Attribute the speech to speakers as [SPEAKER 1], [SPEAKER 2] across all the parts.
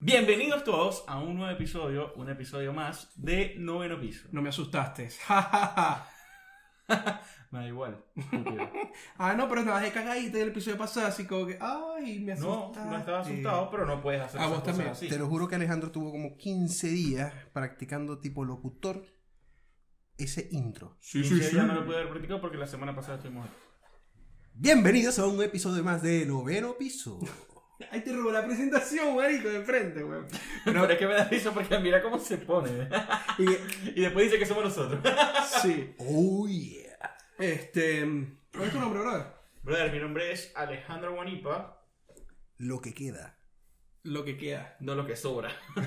[SPEAKER 1] Bienvenidos todos a un nuevo episodio, un episodio más de Noveno Piso.
[SPEAKER 2] No me asustaste. Ja, ja, ja.
[SPEAKER 1] Me da igual. estúpido.
[SPEAKER 2] Ah, no, pero estabas de cagadita y el episodio pasado, así como que, ay, me
[SPEAKER 1] No,
[SPEAKER 2] asustaste.
[SPEAKER 1] no estaba asustado, pero no puedes hacer
[SPEAKER 2] Ah,
[SPEAKER 1] esas
[SPEAKER 2] vos también,
[SPEAKER 1] cosas así.
[SPEAKER 3] Te lo juro que Alejandro tuvo como 15 días practicando tipo locutor ese intro.
[SPEAKER 2] Sí,
[SPEAKER 1] Y yo ya no lo pude haber practicado porque la semana pasada estuvimos aquí.
[SPEAKER 3] Bienvenidos a un episodio más de Noveno Piso.
[SPEAKER 2] Ahí te robó la presentación, marico, de frente, weón.
[SPEAKER 1] Pero es que me da risa porque mira cómo se pone. ¿eh?
[SPEAKER 2] Y-
[SPEAKER 1] Y después dice que somos nosotros.
[SPEAKER 2] sí.
[SPEAKER 3] Oh yeah.
[SPEAKER 2] Este. ¿Cuál es tu nombre, brother?
[SPEAKER 1] Brother, mi nombre es Alejandro Guanipa.
[SPEAKER 3] Lo que queda.
[SPEAKER 2] Lo que queda.
[SPEAKER 1] No lo que sobra.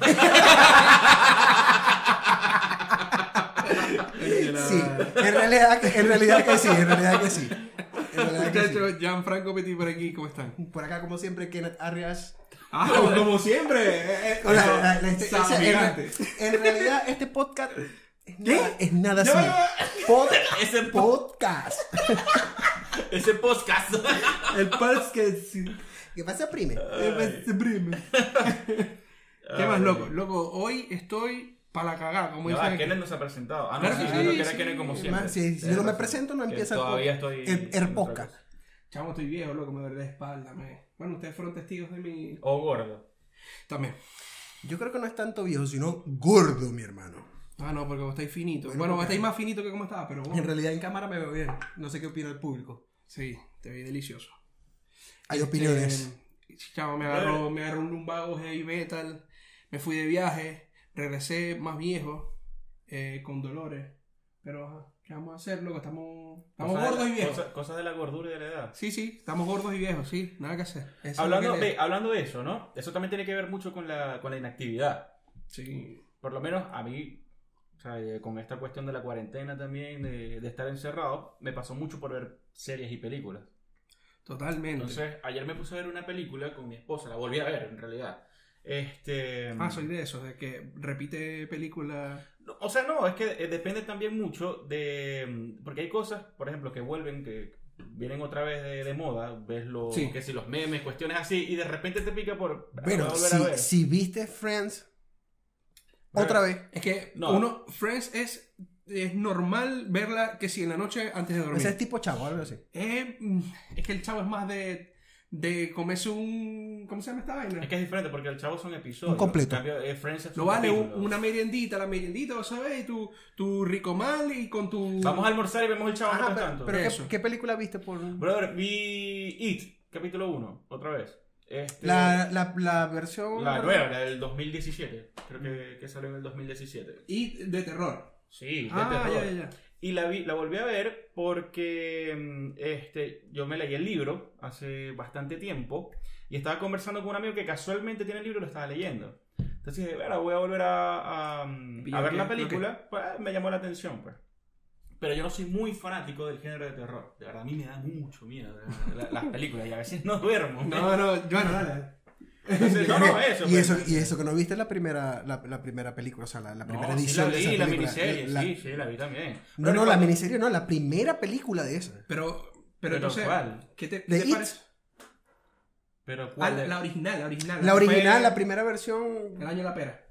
[SPEAKER 3] Sí, en realidad, que- en realidad que sí, en realidad que sí. En realidad que sí.
[SPEAKER 2] Muchachos, Gianfranco Petit por aquí, ¿cómo están?
[SPEAKER 3] Por acá, como siempre, Kenneth Arias.
[SPEAKER 2] Ah, como siempre. eh, eh,
[SPEAKER 3] Hola,
[SPEAKER 2] eso,
[SPEAKER 3] la- la- este-
[SPEAKER 2] San
[SPEAKER 3] ese- en,
[SPEAKER 2] Gigante.
[SPEAKER 3] en realidad, este podcast es
[SPEAKER 2] ¿Qué?
[SPEAKER 3] nada, es nada
[SPEAKER 2] Ya,
[SPEAKER 3] así. Pod-
[SPEAKER 1] Ese, po-
[SPEAKER 3] podcast.
[SPEAKER 1] ese podcast.
[SPEAKER 2] El podcast. El
[SPEAKER 3] ¿Qué pasa, prime?
[SPEAKER 2] Eh, podcast primo. ¿Qué más, loco? Loco, hoy estoy para la cagada, como
[SPEAKER 1] No,
[SPEAKER 2] dicen
[SPEAKER 1] ah,
[SPEAKER 2] aquí.
[SPEAKER 1] Kenneth no se ha presentado. Ah, no,
[SPEAKER 2] Claro
[SPEAKER 1] sí,
[SPEAKER 2] que
[SPEAKER 1] yo creo
[SPEAKER 2] sí,
[SPEAKER 1] que era
[SPEAKER 2] sí.
[SPEAKER 1] Kenneth como
[SPEAKER 3] Es
[SPEAKER 1] siempre.
[SPEAKER 3] más, si, si
[SPEAKER 1] Tienes
[SPEAKER 3] yo no me
[SPEAKER 1] razón.
[SPEAKER 3] presento, no
[SPEAKER 1] Que
[SPEAKER 3] empieza em, el
[SPEAKER 1] Todavía
[SPEAKER 3] pod-
[SPEAKER 1] estoy.
[SPEAKER 3] el- el
[SPEAKER 1] en otra
[SPEAKER 3] podcast.
[SPEAKER 1] cosa.
[SPEAKER 2] Chamo, estoy viejo, loco, me duele la espalda. Me... Bueno, ustedes fueron testigos de mi.
[SPEAKER 1] O gordo.
[SPEAKER 2] También.
[SPEAKER 3] Yo creo que no es tanto viejo, sino gordo, mi hermano.
[SPEAKER 2] Ah, no, porque vos estáis finito. Bueno,
[SPEAKER 3] Bueno,
[SPEAKER 2] vos
[SPEAKER 3] porque-
[SPEAKER 2] estáis más finito que como estaba, pero
[SPEAKER 3] En
[SPEAKER 2] bueno.
[SPEAKER 3] realidad en cámara me veo bien. No sé qué opina el público.
[SPEAKER 2] Sí, te vi delicioso.
[SPEAKER 3] Hay opiniones.
[SPEAKER 2] Eh, chamo, me agarró, me agarró un lumbago heavy metal. Me fui de viaje. Regresé más viejo. eh, con dolores. Pero, ajá, ¿qué vamos a hacer, loco? Estamos, estamos
[SPEAKER 1] Cosas de
[SPEAKER 2] gordos
[SPEAKER 1] la-
[SPEAKER 2] y viejos.
[SPEAKER 1] cosa- Cosas de la gordura y de la edad.
[SPEAKER 2] Sí, sí, estamos gordos y viejos, sí. Nada que hacer. Eso es lo
[SPEAKER 1] Hablando,
[SPEAKER 2] que le-
[SPEAKER 1] ve, hablando de eso, ¿no? Eso también tiene que ver mucho con la, con la inactividad.
[SPEAKER 2] Sí.
[SPEAKER 1] Por lo menos a mí, o sea, eh, con esta cuestión de la cuarentena también, de, de estar encerrado, me pasó mucho por ver series y películas.
[SPEAKER 2] Totalmente.
[SPEAKER 1] Entonces, ayer me puse a ver una película con mi esposa, la volví a ver en realidad. Este,
[SPEAKER 2] ah, soy de esos, de que repite película.
[SPEAKER 1] No, O sea, no, es que eh, depende también mucho de... mm, Porque hay cosas, por ejemplo, que vuelven, que vienen otra vez de, de moda, ves los,
[SPEAKER 2] Sí.
[SPEAKER 1] que si los memes, cuestiones así, y de repente te pica por...
[SPEAKER 3] Pero
[SPEAKER 1] volver a
[SPEAKER 3] si,
[SPEAKER 1] ver.
[SPEAKER 3] si viste Friends,
[SPEAKER 1] Bueno,
[SPEAKER 3] otra vez.
[SPEAKER 2] Es que
[SPEAKER 1] No.
[SPEAKER 2] uno, Friends es, es normal verla que si en la noche antes de
[SPEAKER 3] O sea,
[SPEAKER 2] dormir.
[SPEAKER 3] es tipo chavo, algo así.
[SPEAKER 2] Eh, mm, es que el chavo es más de, de comerse un... ¿Cómo se llama esta vaina?
[SPEAKER 1] Es que es diferente, porque el chavo son episodios.
[SPEAKER 3] Un completo.
[SPEAKER 1] En cambio, eh, Friends es
[SPEAKER 2] Lo
[SPEAKER 1] un
[SPEAKER 2] vale un-
[SPEAKER 1] capítulo.
[SPEAKER 2] una meriendita, la meriendita, vos sabés, y tu, tu rico mal y con tu...
[SPEAKER 1] Vamos a almorzar y vemos el chavo
[SPEAKER 3] Ajá,
[SPEAKER 1] mientras
[SPEAKER 3] pero,
[SPEAKER 1] tanto.
[SPEAKER 3] pero
[SPEAKER 2] Eso.
[SPEAKER 3] ¿qué, qué película viste por...?
[SPEAKER 1] Brother, vi It, capítulo 1, otra vez. Este,
[SPEAKER 3] La, la, la versión...
[SPEAKER 1] la nueva, la del 2017. Creo que, que salió en el 2017.
[SPEAKER 2] Y de terror.
[SPEAKER 1] Sí, de
[SPEAKER 2] ah,
[SPEAKER 1] terror.
[SPEAKER 2] ya, ya, ya.
[SPEAKER 1] Y la, vi- la volví a ver porque mm, este, yo me leí el libro hace bastante tiempo y estaba conversando con un amigo que casualmente tiene el libro y lo estaba leyendo. Entonces dije, bueno, voy a volver a, a, mm, a
[SPEAKER 2] Pillar
[SPEAKER 1] ver la
[SPEAKER 2] que-
[SPEAKER 1] película. Pues, me llamó la atención, pues. Pero yo no soy muy fanático del género de terror. De verdad, a mí me da mucho miedo la- la- las películas y a veces no duermo.
[SPEAKER 2] No, no, Joana, dale.
[SPEAKER 1] Entonces, no, no, eso.
[SPEAKER 3] y,
[SPEAKER 1] pues.
[SPEAKER 3] eso, y eso que no viste la primera, la, la primera película, o sea, la, la
[SPEAKER 1] No,
[SPEAKER 3] primera
[SPEAKER 1] sí
[SPEAKER 3] edición
[SPEAKER 1] la
[SPEAKER 3] de esa
[SPEAKER 1] vi, la
[SPEAKER 3] película.
[SPEAKER 1] miniserie,
[SPEAKER 3] La-
[SPEAKER 1] sí, sí, la vi también.
[SPEAKER 3] No, no, la
[SPEAKER 1] cuando-
[SPEAKER 3] miniserie no, la primera película de esa.
[SPEAKER 2] Pero, pero,
[SPEAKER 1] Pero
[SPEAKER 2] entonces,
[SPEAKER 1] ¿cuál?
[SPEAKER 2] ¿qué te,
[SPEAKER 3] De
[SPEAKER 2] te
[SPEAKER 3] It.
[SPEAKER 2] parece?
[SPEAKER 1] Pero
[SPEAKER 2] Ah,
[SPEAKER 1] ¿cuál?
[SPEAKER 2] la, la original, la original.
[SPEAKER 3] La
[SPEAKER 2] que fue
[SPEAKER 3] original, la primera versión,
[SPEAKER 2] El año de la pera.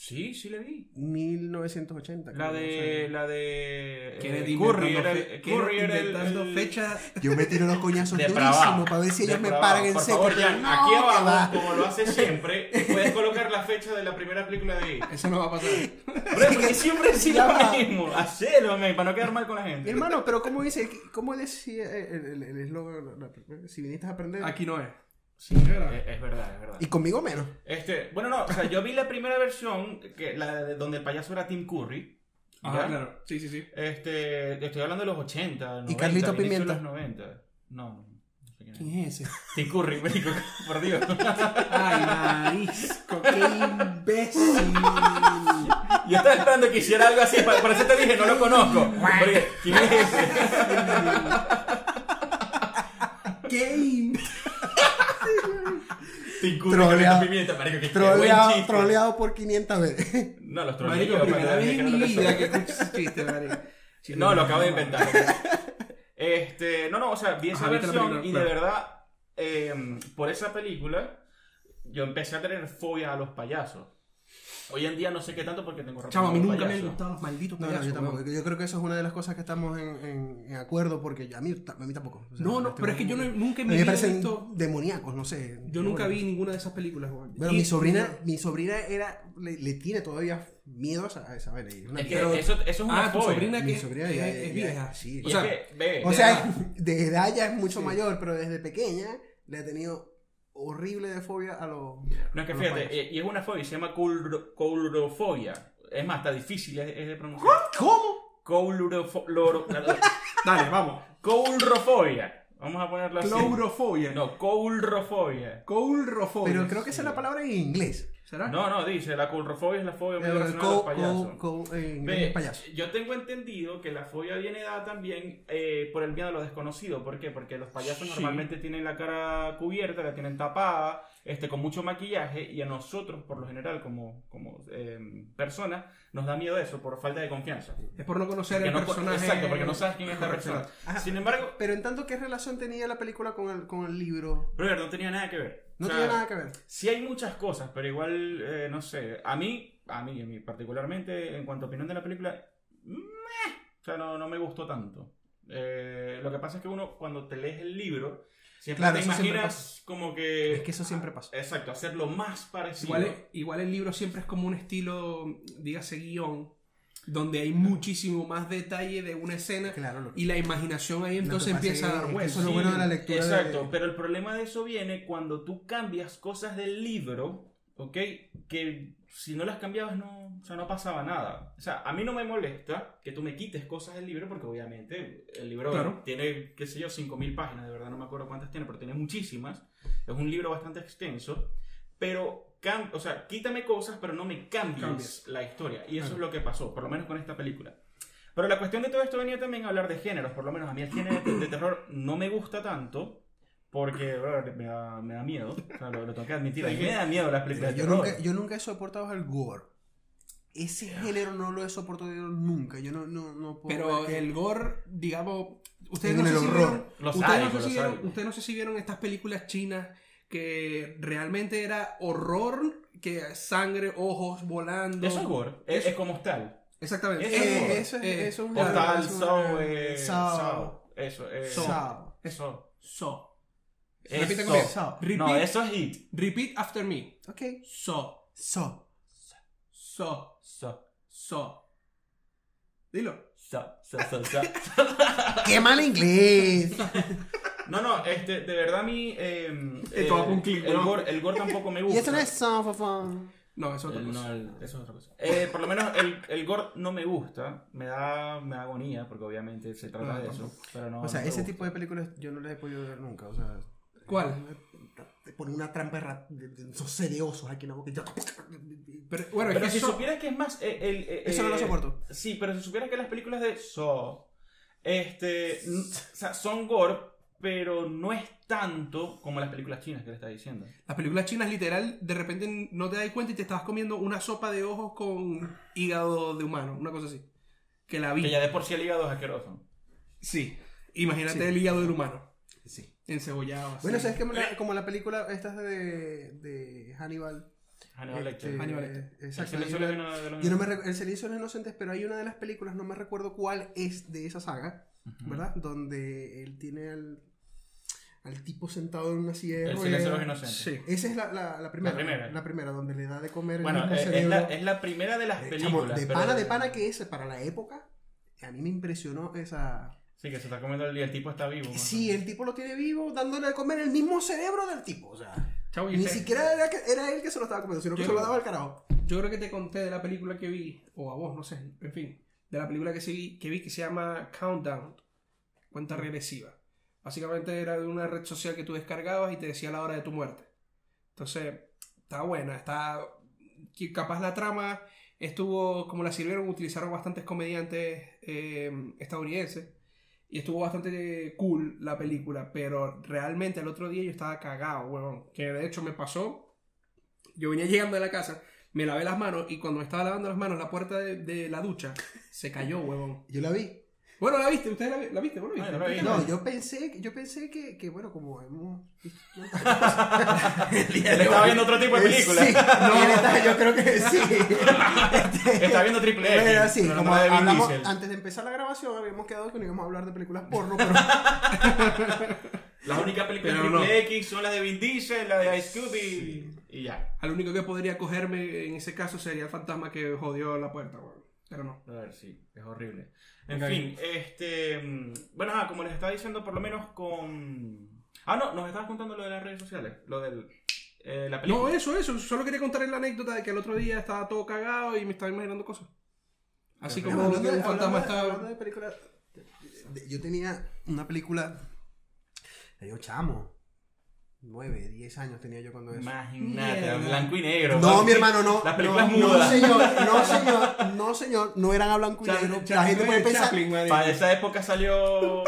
[SPEAKER 1] Sí, sí la vi.
[SPEAKER 3] 1980.
[SPEAKER 1] La
[SPEAKER 3] creo, no
[SPEAKER 1] de.
[SPEAKER 3] sé.
[SPEAKER 1] La de. eh,
[SPEAKER 2] Kennedy
[SPEAKER 1] Curry
[SPEAKER 2] inventando
[SPEAKER 1] era,
[SPEAKER 2] fe-
[SPEAKER 1] el- Curry era el-
[SPEAKER 2] inventando
[SPEAKER 1] el-
[SPEAKER 2] fechas.
[SPEAKER 3] Yo me tiro los coñazos
[SPEAKER 1] Depravado.
[SPEAKER 3] durísimos para ver si ellos me
[SPEAKER 1] Depravado.
[SPEAKER 3] paran en
[SPEAKER 1] Por
[SPEAKER 3] seco.
[SPEAKER 1] favor,
[SPEAKER 3] pero
[SPEAKER 1] Jan,
[SPEAKER 3] no,
[SPEAKER 1] aquí
[SPEAKER 3] que
[SPEAKER 1] abajo,
[SPEAKER 3] va.
[SPEAKER 1] como lo hace siempre, puedes colocar la fecha de la primera película de ahí.
[SPEAKER 2] Eso no va a pasar.
[SPEAKER 1] Pero porque siempre es
[SPEAKER 3] Ya
[SPEAKER 1] lo
[SPEAKER 3] va.
[SPEAKER 1] mismo. Hacelo, men, para no quedar mal con la gente.
[SPEAKER 3] Hermano, pero ¿cómo dice? ¿Cómo decía eh, el- el el eslogan? la- Si viniste a aprender.
[SPEAKER 2] Aquí no es. Eh,
[SPEAKER 1] Sí, es verdad, es verdad. es verdad.
[SPEAKER 3] Y conmigo menos.
[SPEAKER 1] Este, bueno, no, o sea, yo vi la primera versión, que, la de donde el payaso era Tim Curry.
[SPEAKER 2] Ajá,
[SPEAKER 1] ¿ya?
[SPEAKER 2] claro. Sí, sí, sí.
[SPEAKER 1] Este, estoy hablando de los 80, 90,
[SPEAKER 3] Carlito
[SPEAKER 1] inicio de
[SPEAKER 3] Pimienta.
[SPEAKER 1] los 90. No, no sé quién es.
[SPEAKER 2] ¿Quién es ese?
[SPEAKER 1] Tim Curry, marico, por Dios.
[SPEAKER 2] Ay, marisco, qué imbécil.
[SPEAKER 1] Yo estaba esperando que hiciera algo así, pa- por eso te dije, no lo conozco. Porque, ¿Quién es ese?
[SPEAKER 2] qué imbécil.
[SPEAKER 1] Tim Curry,
[SPEAKER 3] Troleado.
[SPEAKER 1] Carlito Pimienta, marico, que buen
[SPEAKER 3] Troleado,
[SPEAKER 1] chiste.
[SPEAKER 3] troleado por 500 veces.
[SPEAKER 1] No, los troleé
[SPEAKER 2] Marico,
[SPEAKER 1] yo,
[SPEAKER 2] primera
[SPEAKER 1] pero
[SPEAKER 2] vez
[SPEAKER 1] dije
[SPEAKER 2] en mi
[SPEAKER 1] no lo soy.
[SPEAKER 2] vida que escucho ese chiste, marico. Chiste,
[SPEAKER 1] No, lo acabo de
[SPEAKER 2] mamá.
[SPEAKER 1] inventar. Este, no, no, o sea, vi esa
[SPEAKER 2] Ajá, viste la
[SPEAKER 1] versión
[SPEAKER 2] película,
[SPEAKER 1] y de
[SPEAKER 2] claro.
[SPEAKER 1] verdad, eh, por esa película, yo empecé a tener fobia a los payasos. Hoy en día no sé qué tanto porque tengo razón.
[SPEAKER 2] Chamo, a mí nunca me han gustado los malditos
[SPEAKER 3] No, no,
[SPEAKER 2] payasos.
[SPEAKER 3] yo tampoco.
[SPEAKER 2] weón.
[SPEAKER 3] Yo creo que eso es una de las cosas que estamos en, en- en acuerdo porque a mí, ta- a mí tampoco. O sea,
[SPEAKER 2] No, no,
[SPEAKER 3] este
[SPEAKER 2] pero es que yo
[SPEAKER 3] como-
[SPEAKER 2] no- nunca
[SPEAKER 3] A
[SPEAKER 2] en mi
[SPEAKER 3] mí me
[SPEAKER 2] vida he
[SPEAKER 3] parecen
[SPEAKER 2] visto.
[SPEAKER 3] demoníacos, no sé.
[SPEAKER 2] Yo nunca
[SPEAKER 3] Bueno.
[SPEAKER 2] vi ninguna de esas películas, weón.
[SPEAKER 3] Bueno,
[SPEAKER 2] Y-
[SPEAKER 3] mi sobrina, Ah, mi sobrina era, le, le tiene todavía miedo a esa, a esa vaina. Y una-
[SPEAKER 1] Es que
[SPEAKER 2] Pero-
[SPEAKER 1] eso, eso es una
[SPEAKER 2] Ah, tu
[SPEAKER 1] fobia.
[SPEAKER 2] sobrina que
[SPEAKER 3] mi
[SPEAKER 2] es,
[SPEAKER 3] sobrina
[SPEAKER 2] que
[SPEAKER 3] ya-
[SPEAKER 2] es- es
[SPEAKER 3] ya-
[SPEAKER 2] vieja.
[SPEAKER 3] sí.
[SPEAKER 1] Y
[SPEAKER 2] O
[SPEAKER 1] es
[SPEAKER 2] sea,
[SPEAKER 1] que, ve,
[SPEAKER 3] O
[SPEAKER 2] de
[SPEAKER 3] sea,
[SPEAKER 2] edad.
[SPEAKER 3] de edad ya es mucho
[SPEAKER 2] Sí.
[SPEAKER 3] mayor, pero desde pequeña le ha tenido horrible de fobia a los.
[SPEAKER 1] no es que
[SPEAKER 3] a los
[SPEAKER 1] fíjate, eh,
[SPEAKER 3] payasos.
[SPEAKER 1] y- y es una fobia, se llama coulro- coulrofobia. Es más, está difícil es, es de pronunciar.
[SPEAKER 2] ¿Cómo?
[SPEAKER 1] Coulrofo- loro-
[SPEAKER 2] Dale, vamos.
[SPEAKER 1] Coulrofobia. Vamos a ponerlo así.
[SPEAKER 2] Claurofobia.
[SPEAKER 1] No, coulrofobia.
[SPEAKER 2] Coulrofobia.
[SPEAKER 3] Pero creo que esa es la palabra en inglés.
[SPEAKER 2] ¿Será?
[SPEAKER 1] No, no, dice, la coulrofobia es la fobia muy
[SPEAKER 3] Eh,
[SPEAKER 1] relacionada a los
[SPEAKER 3] co-
[SPEAKER 1] payasos.
[SPEAKER 3] co- co- en
[SPEAKER 1] Ve,
[SPEAKER 3] inglés es payaso.
[SPEAKER 1] Yo tengo entendido que la fobia viene dada también eh, por el miedo a lo desconocido. ¿Por qué? Porque los payasos
[SPEAKER 2] Sí.
[SPEAKER 1] normalmente tienen la cara cubierta, la tienen tapada, este, con mucho maquillaje, y a nosotros, por lo general, como, como eh, personas, nos da miedo eso por falta de confianza.
[SPEAKER 2] Es por no conocer
[SPEAKER 1] Porque
[SPEAKER 2] el
[SPEAKER 1] no-
[SPEAKER 2] personaje.
[SPEAKER 1] exacto, porque no sabes quién es la
[SPEAKER 2] Correcto.
[SPEAKER 1] persona.
[SPEAKER 3] Ajá.
[SPEAKER 1] Sin embargo,
[SPEAKER 3] Pero en tanto, ¿qué relación tenía la película con el, con el libro?
[SPEAKER 1] Robert, no tenía nada que ver.
[SPEAKER 3] No
[SPEAKER 1] O sea,
[SPEAKER 3] tiene nada que ver.
[SPEAKER 1] Sí hay muchas cosas, pero igual, eh, no sé, a mí, a mí, a mí particularmente, en cuanto a opinión de la película, meh, o sea, no, no me gustó tanto. Eh, lo que pasa es que uno, cuando te lees el libro, siempre
[SPEAKER 3] Claro,
[SPEAKER 1] te
[SPEAKER 3] eso siempre
[SPEAKER 1] imaginas como que...
[SPEAKER 3] Es que eso siempre pasa.
[SPEAKER 1] Exacto, hacerlo más parecido.
[SPEAKER 2] Igual, igual el libro siempre es como un estilo, dígase guión, donde hay muchísimo más detalle de una
[SPEAKER 1] ah,
[SPEAKER 2] escena
[SPEAKER 3] Claro, lo-
[SPEAKER 2] y la imaginación ahí
[SPEAKER 3] lo que
[SPEAKER 2] entonces
[SPEAKER 3] pasa
[SPEAKER 2] empieza a
[SPEAKER 3] es
[SPEAKER 2] dar
[SPEAKER 3] que Eso
[SPEAKER 2] vueltas.
[SPEAKER 3] es lo
[SPEAKER 1] Sí,
[SPEAKER 3] bueno de la lectura. de-
[SPEAKER 1] Exacto, pero el problema de eso viene cuando tú cambias cosas del libro, ¿ok? Que si no las cambiabas no, o sea, no pasaba nada. O sea, a mí no me molesta que tú me quites cosas del libro porque obviamente el libro
[SPEAKER 2] Claro.
[SPEAKER 1] tiene, qué sé yo, 5.000 páginas, de verdad no me acuerdo cuántas tiene, pero tiene muchísimas. Es un libro bastante extenso, pero... cam- O sea, quítame cosas, pero no me cambies
[SPEAKER 2] Cambies.
[SPEAKER 1] la historia. Y eso
[SPEAKER 2] Claro.
[SPEAKER 1] es lo que pasó, por lo menos con esta película. Pero la cuestión de todo esto venía también a hablar de géneros, por lo menos a mí el género de, de terror no me gusta tanto. Porque brother, me, da, me da miedo, o sea, lo, lo tengo que admitir. A mí me da miedo las películas de
[SPEAKER 3] yo,
[SPEAKER 1] terror.
[SPEAKER 3] nunca, yo nunca he soportado el gore. Ese género no lo he soportado yo nunca. Yo no, no, no puedo.
[SPEAKER 2] Pero
[SPEAKER 3] ver que-
[SPEAKER 2] el gore, digamos, ustedes no,
[SPEAKER 3] En
[SPEAKER 2] sé
[SPEAKER 3] el
[SPEAKER 2] si
[SPEAKER 3] horror.
[SPEAKER 2] vieron,
[SPEAKER 1] Lo
[SPEAKER 2] ustedes,
[SPEAKER 1] sádico,
[SPEAKER 2] no sé
[SPEAKER 1] lo
[SPEAKER 2] si vieron,
[SPEAKER 1] sádico.
[SPEAKER 2] ustedes no sé si vieron estas películas chinas que realmente era horror, que sangre, ojos volando.
[SPEAKER 1] Eso es gore, es, es como tal.
[SPEAKER 2] Exactamente.
[SPEAKER 1] Eso es
[SPEAKER 2] Eh,
[SPEAKER 1] gore.
[SPEAKER 3] eso es,
[SPEAKER 2] eh,
[SPEAKER 3] eso es un
[SPEAKER 1] Hostal,
[SPEAKER 3] es una-
[SPEAKER 1] Saw, eh,
[SPEAKER 3] Saw.
[SPEAKER 1] Saw, Eso, eh,
[SPEAKER 2] Saw.
[SPEAKER 3] Sao.
[SPEAKER 1] Eso.
[SPEAKER 2] So.
[SPEAKER 1] Eso.
[SPEAKER 2] Repite conmigo.
[SPEAKER 3] Saw.
[SPEAKER 2] Repeat,
[SPEAKER 1] No, eso es hit.
[SPEAKER 2] repeat after me.
[SPEAKER 3] Ok.
[SPEAKER 2] So.
[SPEAKER 3] Saw.
[SPEAKER 2] So.
[SPEAKER 1] So,
[SPEAKER 2] So. Dilo.
[SPEAKER 1] so, so, so, so.
[SPEAKER 3] ¡Qué mal inglés!
[SPEAKER 1] No, no, este, de verdad a mí. eh, eh,
[SPEAKER 2] va con clic,
[SPEAKER 1] el,
[SPEAKER 2] ¿no?
[SPEAKER 1] gore, el gore tampoco me
[SPEAKER 3] y
[SPEAKER 1] gusta.
[SPEAKER 3] eso no es Saw, fafá.
[SPEAKER 2] No, es otra
[SPEAKER 1] El-
[SPEAKER 2] cosa.
[SPEAKER 1] no, el- eso es otra cosa. Eh, por lo menos el, el gore no me gusta. Me da, me da agonía, porque obviamente se trata
[SPEAKER 2] No,
[SPEAKER 1] de eso.
[SPEAKER 2] tampoco.
[SPEAKER 1] Pero no,
[SPEAKER 3] O sea,
[SPEAKER 1] no me
[SPEAKER 3] ese
[SPEAKER 1] gusta.
[SPEAKER 3] tipo de películas yo no las he podido ver nunca. O sea.
[SPEAKER 2] ¿Cuál?
[SPEAKER 3] Te ponen una trampa de rat- de, de- esos sedeosos aquí en la boca. y ya-
[SPEAKER 2] Pero, bueno,
[SPEAKER 1] Pero
[SPEAKER 2] es
[SPEAKER 1] si
[SPEAKER 2] que so-
[SPEAKER 1] supieras que es más. eh, el, eh,
[SPEAKER 3] Eso no lo
[SPEAKER 1] eh,
[SPEAKER 3] soporto.
[SPEAKER 1] Sí, pero si supieras que las películas de Saw este, n- o sea, son gore, pero no es tanto como las películas chinas que le estás diciendo.
[SPEAKER 2] Las películas chinas, literal, de repente no te das cuenta y te estabas comiendo una sopa de ojos con hígado de humano, una cosa así. Que la
[SPEAKER 1] Que
[SPEAKER 2] vi.
[SPEAKER 1] ya de por sí el hígado es asqueroso.
[SPEAKER 2] Sí. Imagínate
[SPEAKER 3] Sí.
[SPEAKER 2] el hígado del humano.
[SPEAKER 3] Sí.
[SPEAKER 2] Encebollado. así.
[SPEAKER 3] Bueno, ¿sabes que como la película esta de, de Hannibal.
[SPEAKER 1] Hannibal
[SPEAKER 3] este,
[SPEAKER 1] Lecter.
[SPEAKER 2] Hannibal Lecter.
[SPEAKER 3] Exacto.
[SPEAKER 1] El silencio
[SPEAKER 3] hay
[SPEAKER 1] de
[SPEAKER 3] una-
[SPEAKER 1] los- de los-
[SPEAKER 3] yo no me recu- el silencio de los inocentes, pero hay una de las películas, no me recuerdo cuál es de esa saga,
[SPEAKER 1] Ujú.
[SPEAKER 3] ¿verdad? Donde él tiene al, al tipo sentado en una silla de
[SPEAKER 1] El
[SPEAKER 3] ruedas.
[SPEAKER 1] silencio de los inocentes.
[SPEAKER 2] Sí.
[SPEAKER 3] Esa es la, la- la primera.
[SPEAKER 1] La primera.
[SPEAKER 3] donde le da de comer
[SPEAKER 1] Bueno,
[SPEAKER 3] el
[SPEAKER 1] eh,
[SPEAKER 3] mismo
[SPEAKER 1] es
[SPEAKER 3] cerebro.
[SPEAKER 1] la, es la primera de las
[SPEAKER 3] Eh,
[SPEAKER 1] películas.
[SPEAKER 3] chamo, de
[SPEAKER 1] pero-
[SPEAKER 3] pana, de pana que es, para la época, a mí me impresionó esa...
[SPEAKER 1] Sí, que se está comiendo el y el tipo está vivo. ¿no?
[SPEAKER 3] Sí, el tipo lo tiene vivo, dándole de comer el mismo cerebro del tipo, o sea...
[SPEAKER 2] Chau, y
[SPEAKER 3] Ni
[SPEAKER 2] te-
[SPEAKER 3] siquiera era, que- era él que se lo estaba comiendo, sino que
[SPEAKER 2] Yo-
[SPEAKER 3] se lo daba al carajo.
[SPEAKER 2] Yo creo que te conté de la película que vi, o a vos, no sé, en fin, de la película que, sí, que vi que se llama Countdown, cuenta regresiva. Básicamente era de una red social que tú descargabas y te decía la hora de tu muerte. Entonces, está buena, está... que Capaz la trama estuvo, como la sirvieron, utilizaron bastantes comediantes eh, estadounidenses. Y estuvo bastante cool la película, pero realmente el otro día yo estaba cagado, huevón. Que de hecho me pasó. Yo venía llegando de la casa, me lavé las manos y cuando me estaba lavando las manos, la puerta de, de la ducha se cayó, huevón.
[SPEAKER 3] Yo la vi.
[SPEAKER 2] Bueno, la viste, ustedes la, vi- la viste, bueno,
[SPEAKER 1] Ah, no la vi.
[SPEAKER 3] No, yo pensé, que- yo pensé que, que, bueno, como hemos visto.
[SPEAKER 1] Él estaba viendo otro tipo de película.
[SPEAKER 3] Eh, Sí, no, él está- yo creo que sí. Este,
[SPEAKER 1] Está viendo Triple X.
[SPEAKER 3] bueno, sí,
[SPEAKER 1] pero no
[SPEAKER 3] como
[SPEAKER 1] la de Vin
[SPEAKER 3] hablamos-
[SPEAKER 1] Diesel.
[SPEAKER 3] antes de empezar la grabación habíamos quedado que no íbamos a hablar de películas porno, pero
[SPEAKER 1] Las únicas películas de
[SPEAKER 2] Pero no.
[SPEAKER 1] Triple X son las de Vin Diesel, las de Ice Cube y, y ya.
[SPEAKER 2] Al único que podría cogerme en ese caso sería el fantasma que jodió la puerta, weón. Pero no.
[SPEAKER 1] A ver, sí, es horrible. En
[SPEAKER 2] Ok.
[SPEAKER 1] fin, este. mm, Bueno, ajá, como les estaba diciendo, por lo menos con. Ah, no, nos estabas contando lo de las redes sociales, lo de la película.
[SPEAKER 3] eh.
[SPEAKER 2] No, eso, eso. Solo quería contar la anécdota de que el otro día estaba todo cagado y me estaba imaginando cosas. Así
[SPEAKER 1] Pero
[SPEAKER 2] como
[SPEAKER 3] Hablando
[SPEAKER 2] que
[SPEAKER 3] de-
[SPEAKER 2] un fantasma
[SPEAKER 3] hablando de- hablando
[SPEAKER 2] estaba.
[SPEAKER 3] de películas, de- yo tenía una película. Le digo, chamo. 9, 10 años tenía yo cuando eso.
[SPEAKER 1] Imagínate,
[SPEAKER 2] Mierda.
[SPEAKER 1] blanco y negro.
[SPEAKER 3] No,
[SPEAKER 1] papi.
[SPEAKER 3] mi hermano, no.
[SPEAKER 1] Las películas
[SPEAKER 3] no,
[SPEAKER 1] mudas.
[SPEAKER 3] No, señor, no, señor, no, señor. No eran a blanco y negro. La gente puede pensar.
[SPEAKER 1] Para esa época salió.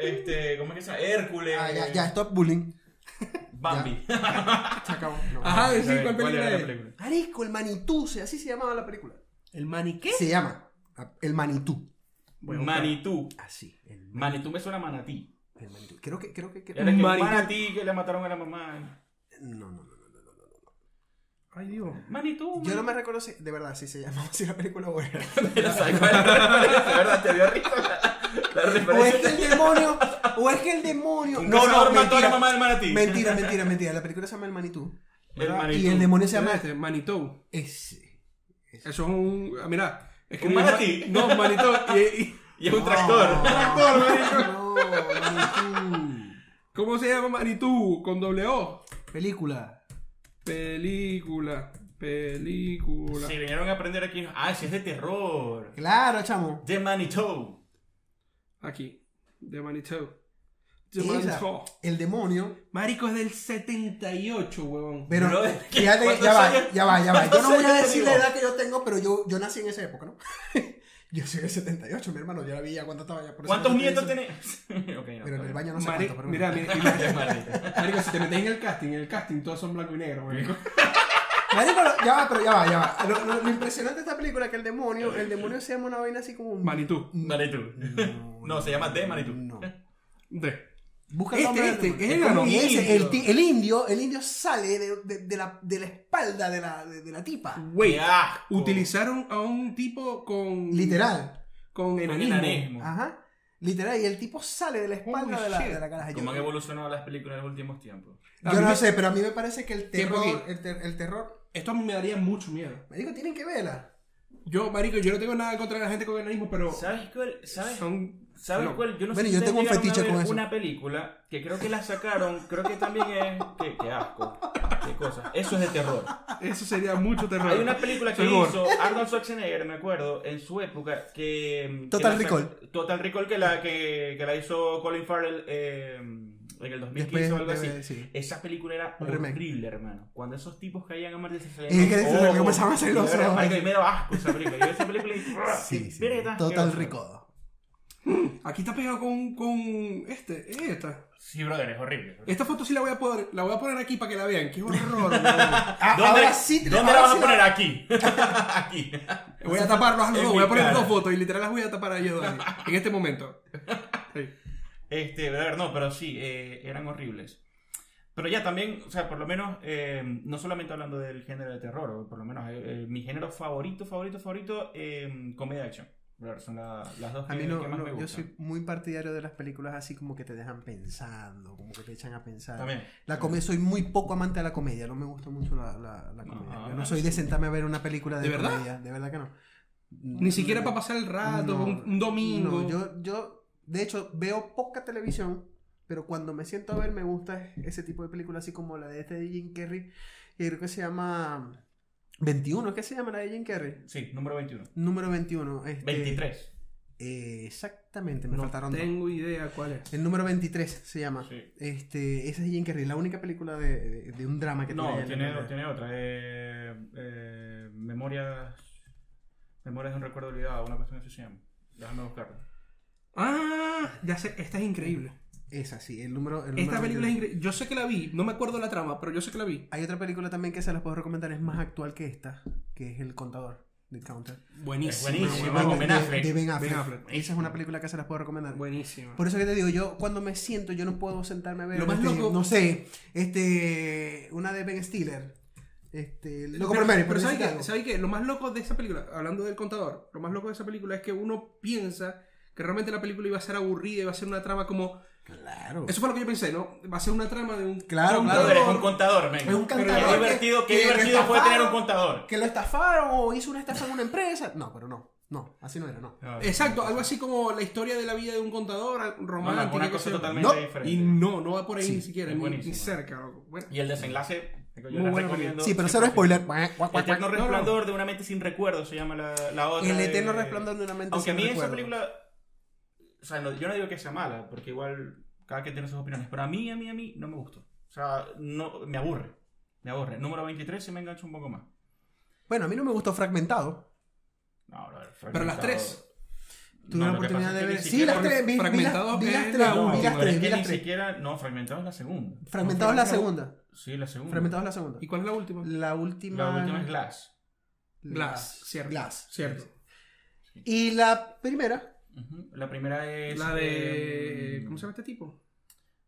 [SPEAKER 1] Este, ¿Cómo es que se llama? Hércules.
[SPEAKER 3] Ah, ya, ya, stop bullying.
[SPEAKER 1] Bambi.
[SPEAKER 3] Se acabó. No.
[SPEAKER 2] Ajá, sí,
[SPEAKER 1] ¿Sabes
[SPEAKER 2] ¿cuál película
[SPEAKER 1] era la
[SPEAKER 2] es?
[SPEAKER 1] película?
[SPEAKER 3] Arisco, el Manituse, así se llamaba la película.
[SPEAKER 2] ¿El maniqué?
[SPEAKER 3] Se llama ah, El Manitú.
[SPEAKER 1] Manitú.
[SPEAKER 3] Así, el,
[SPEAKER 1] Manitú me suena a manatí.
[SPEAKER 3] el Manitú. Creo que, creo que. creo-
[SPEAKER 1] Era que un
[SPEAKER 2] Manitú.
[SPEAKER 1] manatí que le mataron a la mamá.
[SPEAKER 3] No, no, no. no.
[SPEAKER 2] Ay, Dios.
[SPEAKER 1] Manitú.
[SPEAKER 3] Yo no me recuerdo si, de verdad, si se llamaba así la película o era.
[SPEAKER 1] Pero ¿sabes cuál es la referencia? De verdad, te dio risa la, la
[SPEAKER 3] O es que
[SPEAKER 1] referencia.
[SPEAKER 3] el demonio. O es que el demonio.
[SPEAKER 1] Un
[SPEAKER 3] No, no,
[SPEAKER 1] cazador mató a la
[SPEAKER 3] mentira.
[SPEAKER 1] mamá del manatí.
[SPEAKER 3] Mentira, mentira, mentira. La película se llama El Manitú.
[SPEAKER 1] El
[SPEAKER 3] ¿verdad?
[SPEAKER 1] Manitú.
[SPEAKER 3] Y el demonio se
[SPEAKER 2] Se llama
[SPEAKER 3] llama.
[SPEAKER 2] este, Manitou.
[SPEAKER 3] Ese.
[SPEAKER 2] Eso es un. ah, Mira. Es que
[SPEAKER 1] ¿Un
[SPEAKER 2] mi herma-
[SPEAKER 1] manatí?
[SPEAKER 2] No, un Manitou. Y, y-
[SPEAKER 1] Y es un
[SPEAKER 3] No.
[SPEAKER 1] tractor.
[SPEAKER 3] No, Manitú.
[SPEAKER 2] ¿Cómo se llama Manitou? Con doble O.
[SPEAKER 3] Película.
[SPEAKER 2] Película. Película.
[SPEAKER 1] Si vinieron a aprender aquí, ah, si es de terror.
[SPEAKER 3] Claro, chamo.
[SPEAKER 1] De Manitou.
[SPEAKER 2] Aquí. De Manitou. De
[SPEAKER 3] Esa,
[SPEAKER 2] Manitou.
[SPEAKER 3] el demonio.
[SPEAKER 2] Marico es del 78, huevón.
[SPEAKER 3] Pero
[SPEAKER 1] Brother, ¿qué?
[SPEAKER 3] fíjate, que- ya
[SPEAKER 1] ¿Cuántos
[SPEAKER 3] va,
[SPEAKER 1] años-
[SPEAKER 3] ya va, ya va. Yo
[SPEAKER 1] cuántos
[SPEAKER 3] no voy a
[SPEAKER 1] años
[SPEAKER 3] decir la
[SPEAKER 1] tenemos?
[SPEAKER 3] edad que yo tengo, pero yo, yo nací en esa época, ¿no? yo soy del 78, mi hermano. Yo la vi ya cuando estaba ya. por eso
[SPEAKER 1] ¿Cuántos
[SPEAKER 3] no te
[SPEAKER 1] nietos
[SPEAKER 3] dice-
[SPEAKER 1] tenés? ok, no.
[SPEAKER 3] Pero en el
[SPEAKER 1] está
[SPEAKER 3] baño no sé
[SPEAKER 2] Mari-
[SPEAKER 3] cuánto, pero
[SPEAKER 2] mira,
[SPEAKER 3] bueno.
[SPEAKER 2] mira,
[SPEAKER 1] bien.
[SPEAKER 2] mira.
[SPEAKER 1] Maldito.
[SPEAKER 2] Marico, si te metes en el casting, en el casting todos son blanco y negro, marico.
[SPEAKER 3] Marico, lo- ya va, pero ya va, ya va. Lo, lo- lo impresionante de esta película es que el demonio, el demonio se llama una vaina así como un.
[SPEAKER 2] Manitou.
[SPEAKER 1] Manitou. No, se llama Eh. The Manitou.
[SPEAKER 3] No.
[SPEAKER 2] De.
[SPEAKER 3] Busca
[SPEAKER 2] Este,
[SPEAKER 3] nombre del
[SPEAKER 2] este,
[SPEAKER 3] demonio.
[SPEAKER 2] es el
[SPEAKER 3] como
[SPEAKER 2] varón
[SPEAKER 3] un ese,
[SPEAKER 2] indio.
[SPEAKER 3] el, ti- el indio, el indio sale de, de- de la, de la espalda de la, de, de la tipa.
[SPEAKER 2] Güey.
[SPEAKER 1] Qué asco.
[SPEAKER 2] Utilizaron a un tipo con.
[SPEAKER 3] Literal.
[SPEAKER 2] Con
[SPEAKER 1] Con
[SPEAKER 2] enanismo.
[SPEAKER 1] enanismo.
[SPEAKER 3] Ajá. Literal, y el tipo sale de la espalda
[SPEAKER 2] Holy
[SPEAKER 3] de la,
[SPEAKER 2] shit.
[SPEAKER 3] de la caraja.
[SPEAKER 1] ¿Cómo han
[SPEAKER 3] Yo-
[SPEAKER 1] evolucionado las películas en los últimos tiempos?
[SPEAKER 2] A
[SPEAKER 3] Yo
[SPEAKER 2] mí
[SPEAKER 3] no
[SPEAKER 2] me-
[SPEAKER 3] sé, pero a mí me parece que el
[SPEAKER 2] Tiempo
[SPEAKER 3] terror,
[SPEAKER 2] aquí.
[SPEAKER 3] el, ter- el terror,
[SPEAKER 2] Esto a mí me daría mucho miedo.
[SPEAKER 3] me digo, tienen que verla.
[SPEAKER 2] Yo, marico, yo no tengo nada contra la gente con enanismo, pero.
[SPEAKER 1] ¿Sabes cuál? ¿Sabes?
[SPEAKER 2] Son.
[SPEAKER 1] ¿Sabes
[SPEAKER 2] No.
[SPEAKER 1] cuál? Yo no
[SPEAKER 3] Bueno,
[SPEAKER 1] sé
[SPEAKER 3] yo
[SPEAKER 1] ustedes
[SPEAKER 3] tengo un
[SPEAKER 1] llegaron a
[SPEAKER 3] fetiche
[SPEAKER 1] ver
[SPEAKER 3] con eso.
[SPEAKER 1] Una película que creo que la sacaron, creo que también es. Qué, qué asco. Qué cosa. Eso es de terror.
[SPEAKER 2] Eso sería mucho terror.
[SPEAKER 1] Hay una película que
[SPEAKER 2] Soy gordo.
[SPEAKER 1] hizo Arnold Schwarzenegger, me acuerdo, en su época, que...
[SPEAKER 3] Total
[SPEAKER 1] que la sac-
[SPEAKER 3] Recall.
[SPEAKER 1] Total Recall que la, que, que la hizo Colin Farrell eh, en el 2015 o algo así.
[SPEAKER 3] debe- sí.
[SPEAKER 1] Esa película era
[SPEAKER 3] Un remake.
[SPEAKER 1] horrible, hermano. Cuando esos tipos caían a Marte se
[SPEAKER 3] Es que se le comenzaban a salir los
[SPEAKER 1] Yo era
[SPEAKER 3] ojos.
[SPEAKER 1] marica y me daba asco esa película. Yo esa película y...
[SPEAKER 3] Sí, sí.
[SPEAKER 1] Verga,
[SPEAKER 3] Total
[SPEAKER 1] asquerosa.
[SPEAKER 3] Recodo.
[SPEAKER 2] Aquí está pegado con. con este. Esta.
[SPEAKER 1] Sí, brother, es horrible.
[SPEAKER 2] Esta foto sí la voy a poner. La voy a poner aquí para que la vean. Qué horror, weón.
[SPEAKER 3] Ah,
[SPEAKER 1] ¿Dónde,
[SPEAKER 3] ahora sí-
[SPEAKER 1] ¿dónde la
[SPEAKER 3] ahora
[SPEAKER 1] vas
[SPEAKER 3] sí
[SPEAKER 1] a poner? Aquí. Aquí.
[SPEAKER 2] Voy a tapar los
[SPEAKER 1] En
[SPEAKER 2] dos,
[SPEAKER 1] mi
[SPEAKER 2] voy a poner
[SPEAKER 1] cara.
[SPEAKER 2] dos fotos y literal las voy a tapar a ellos dos, así, en este momento. Sí.
[SPEAKER 1] Este, brother, no, pero sí, eh, eran horribles. Pero ya también, o sea, por lo menos, eh, no solamente hablando del género de terror, o por lo menos eh, eh, mi género favorito, favorito, favorito, eh, comedia de acción. Brother, son la- las dos que,
[SPEAKER 3] A mí no,
[SPEAKER 1] que más
[SPEAKER 3] no,
[SPEAKER 1] me
[SPEAKER 3] yo
[SPEAKER 1] gustan.
[SPEAKER 3] soy muy partidario de las películas así como que te dejan pensando, como que te echan a pensar.
[SPEAKER 1] También.
[SPEAKER 3] La comedia, soy muy poco amante de la comedia, no me gusta mucho la, la- la comedia.
[SPEAKER 1] Ajá.
[SPEAKER 3] Yo no soy de sentarme a ver una película
[SPEAKER 2] ¿De
[SPEAKER 3] de,
[SPEAKER 2] verdad?
[SPEAKER 3] comedia, de verdad que no. Mm,
[SPEAKER 2] Ni siquiera para pasar el rato,
[SPEAKER 3] No,
[SPEAKER 2] Ah, un, un domingo.
[SPEAKER 3] No, yo, yo, de hecho, veo poca televisión, pero cuando me siento a ver me gusta ese tipo de películas así como la de este de Jim Carrey, que creo que se llama 21, ¿qué se llama la de Jim Carrey?
[SPEAKER 1] Sí, número 21.
[SPEAKER 3] Número 21. este,
[SPEAKER 1] 23.
[SPEAKER 3] eh, exactamente, me
[SPEAKER 2] No
[SPEAKER 3] faltaron dos.
[SPEAKER 2] tengo idea cuál es.
[SPEAKER 3] El número 23 se llama.
[SPEAKER 1] Sí.
[SPEAKER 3] Este, esa es Jim Carrey, la única película de, de- de un drama que
[SPEAKER 1] No,
[SPEAKER 3] tiene.
[SPEAKER 1] tiene, tiene otra. Eh, eh, memorias. Memorias de un recuerdo olvidado, una cuestión así se llama. Déjame buscarla.
[SPEAKER 2] Ah, ya sé, esta es increíble.
[SPEAKER 3] Esa, sí, el número. el
[SPEAKER 2] Esta
[SPEAKER 3] número
[SPEAKER 2] película es
[SPEAKER 3] 21.
[SPEAKER 2] increíble. Yo sé que la vi, no me acuerdo la trama, pero yo sé que la vi.
[SPEAKER 3] Hay otra película también que se las puedo recomendar, es más actual que esta, que es El Contador, The Counter.
[SPEAKER 2] Buenísimo.
[SPEAKER 1] Es buenísimo,
[SPEAKER 2] weón.
[SPEAKER 1] con Ben
[SPEAKER 3] de-
[SPEAKER 1] Affleck.
[SPEAKER 3] De Ben Affleck.
[SPEAKER 2] Ben Affleck.
[SPEAKER 3] Esa es una película que se las puedo recomendar.
[SPEAKER 2] Buenísimo.
[SPEAKER 3] Por eso que te digo, yo cuando me siento, yo no puedo sentarme a ver.
[SPEAKER 2] Lo más
[SPEAKER 3] este,
[SPEAKER 2] loco-
[SPEAKER 3] No sé, este. Una de Ben Stiller. Este. Loco
[SPEAKER 2] pero,
[SPEAKER 3] por Mary, por
[SPEAKER 2] pero ¿sabes
[SPEAKER 3] decirte
[SPEAKER 2] qué?
[SPEAKER 3] algo.
[SPEAKER 2] ¿Sabes qué? Lo más loco de esa película, hablando del contador, lo más loco de esa película es que uno piensa que realmente la película iba a ser aburrida, iba a ser una trama como...
[SPEAKER 3] Claro.
[SPEAKER 2] Eso fue lo que yo pensé, ¿no? Va a ser una trama de un...
[SPEAKER 3] Claro,
[SPEAKER 2] contador.
[SPEAKER 3] Ah, claro,
[SPEAKER 1] Brother, es un contador, men.
[SPEAKER 3] Es
[SPEAKER 1] Pero
[SPEAKER 3] un contador
[SPEAKER 1] Qué
[SPEAKER 3] que-
[SPEAKER 1] divertido, qué
[SPEAKER 3] que
[SPEAKER 1] divertido puede
[SPEAKER 3] estafaron.
[SPEAKER 1] tener un contador.
[SPEAKER 3] Que lo estafaron o hizo una estafa en una empresa. No, pero no. No, así no era, no.
[SPEAKER 2] Exacto, algo así como la historia de la vida de un contador al- romántico.
[SPEAKER 1] una
[SPEAKER 2] qué
[SPEAKER 1] cosa
[SPEAKER 2] sé yo.
[SPEAKER 1] totalmente
[SPEAKER 2] No,
[SPEAKER 1] diferente.
[SPEAKER 2] Y no, no va por ahí ni siquiera,
[SPEAKER 1] es
[SPEAKER 2] ni, ni
[SPEAKER 1] buenísima.
[SPEAKER 2] cerca. loco. Bueno,
[SPEAKER 1] Y el desenlace, yo
[SPEAKER 3] Muy
[SPEAKER 1] la
[SPEAKER 3] buena
[SPEAKER 1] recomiendo.
[SPEAKER 3] película. Sí, pero cero spoiler.
[SPEAKER 1] El Eterno
[SPEAKER 3] No, no.
[SPEAKER 1] Resplandor de una mente sin recuerdo se llama la, la otra.
[SPEAKER 3] El Eterno
[SPEAKER 1] de-
[SPEAKER 3] Resplandor de una mente
[SPEAKER 1] Aunque a
[SPEAKER 3] sin
[SPEAKER 1] mí esa
[SPEAKER 3] recuerdo.
[SPEAKER 1] película. O sea, no- yo no digo que sea mala, porque igual cada quien tiene sus opiniones. Pero a mí, a mí, a mí no me gustó. O sea, no, me aburre. Me aburre. Número 23 se me engancha un poco más.
[SPEAKER 3] Bueno, a mí no me gustó Fragmentado.
[SPEAKER 1] No, brother,
[SPEAKER 2] Pero las tres.
[SPEAKER 1] No,
[SPEAKER 3] Tuve
[SPEAKER 1] lo
[SPEAKER 3] la
[SPEAKER 1] que
[SPEAKER 3] oportunidad
[SPEAKER 1] pasa es
[SPEAKER 3] de
[SPEAKER 1] que
[SPEAKER 3] ver.
[SPEAKER 1] ni
[SPEAKER 3] Sí,
[SPEAKER 1] siquiera-
[SPEAKER 3] las tres. vi- vi las-
[SPEAKER 2] Fragmentado
[SPEAKER 3] Vi las
[SPEAKER 2] es
[SPEAKER 3] tres.
[SPEAKER 2] la
[SPEAKER 3] vi
[SPEAKER 1] No,
[SPEAKER 3] las
[SPEAKER 1] pero es
[SPEAKER 3] tres. Vi
[SPEAKER 1] que
[SPEAKER 3] las
[SPEAKER 1] ni
[SPEAKER 3] tres.
[SPEAKER 1] siquiera. No, fragmentado es la segunda.
[SPEAKER 3] Fragmentado es la
[SPEAKER 1] Fragmentado-
[SPEAKER 3] segunda.
[SPEAKER 1] Sí, la segunda.
[SPEAKER 3] Fragmentado es la segunda.
[SPEAKER 2] ¿Y cuál es la última?
[SPEAKER 3] La última.
[SPEAKER 1] La última es Glass.
[SPEAKER 2] Glass, cierto.
[SPEAKER 3] Glass.
[SPEAKER 2] Cierto.
[SPEAKER 3] Y la primera.
[SPEAKER 1] Ujú. La primera es.
[SPEAKER 2] La de...
[SPEAKER 1] em,
[SPEAKER 2] ¿Cómo se llama este tipo?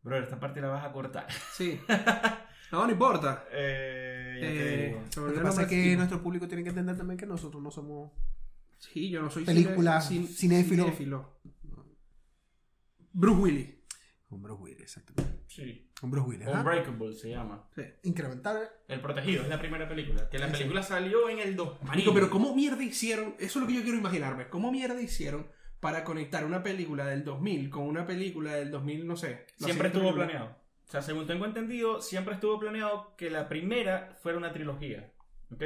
[SPEAKER 1] Brother, esta parte la vas a cortar.
[SPEAKER 2] Sí. No, no importa.
[SPEAKER 1] Eh, ya te
[SPEAKER 2] Eh,
[SPEAKER 1] digo.
[SPEAKER 2] se me
[SPEAKER 3] Lo que
[SPEAKER 2] olvidó el
[SPEAKER 3] pasa
[SPEAKER 2] nombre
[SPEAKER 3] es
[SPEAKER 2] del
[SPEAKER 3] que
[SPEAKER 2] tipo.
[SPEAKER 3] nuestro público tiene que entender también que nosotros no somos.
[SPEAKER 2] Sí, yo no soy
[SPEAKER 3] Película,
[SPEAKER 2] cine- cin-
[SPEAKER 3] cinéfilo.
[SPEAKER 2] Bruce Willis.
[SPEAKER 3] Con Bruce Willis, exactamente.
[SPEAKER 1] Sí.
[SPEAKER 3] Con Bruce Willis. ajá.
[SPEAKER 1] Unbreakable se llama.
[SPEAKER 2] Sí.
[SPEAKER 3] Incrementar.
[SPEAKER 1] El protegido, es la primera película. Que la película salió en el 2.
[SPEAKER 2] Marico, pero ¿cómo mierda hicieron? Eso es lo que yo quiero imaginarme. ¿Cómo mierda hicieron para conectar una película del 2000 con una película del 2000, no sé? la
[SPEAKER 1] Siempre
[SPEAKER 2] siguiente
[SPEAKER 1] estuvo
[SPEAKER 2] película?
[SPEAKER 1] planeado. O sea, según tengo entendido, siempre estuvo planeado que la primera fuera una trilogía. ¿Ok?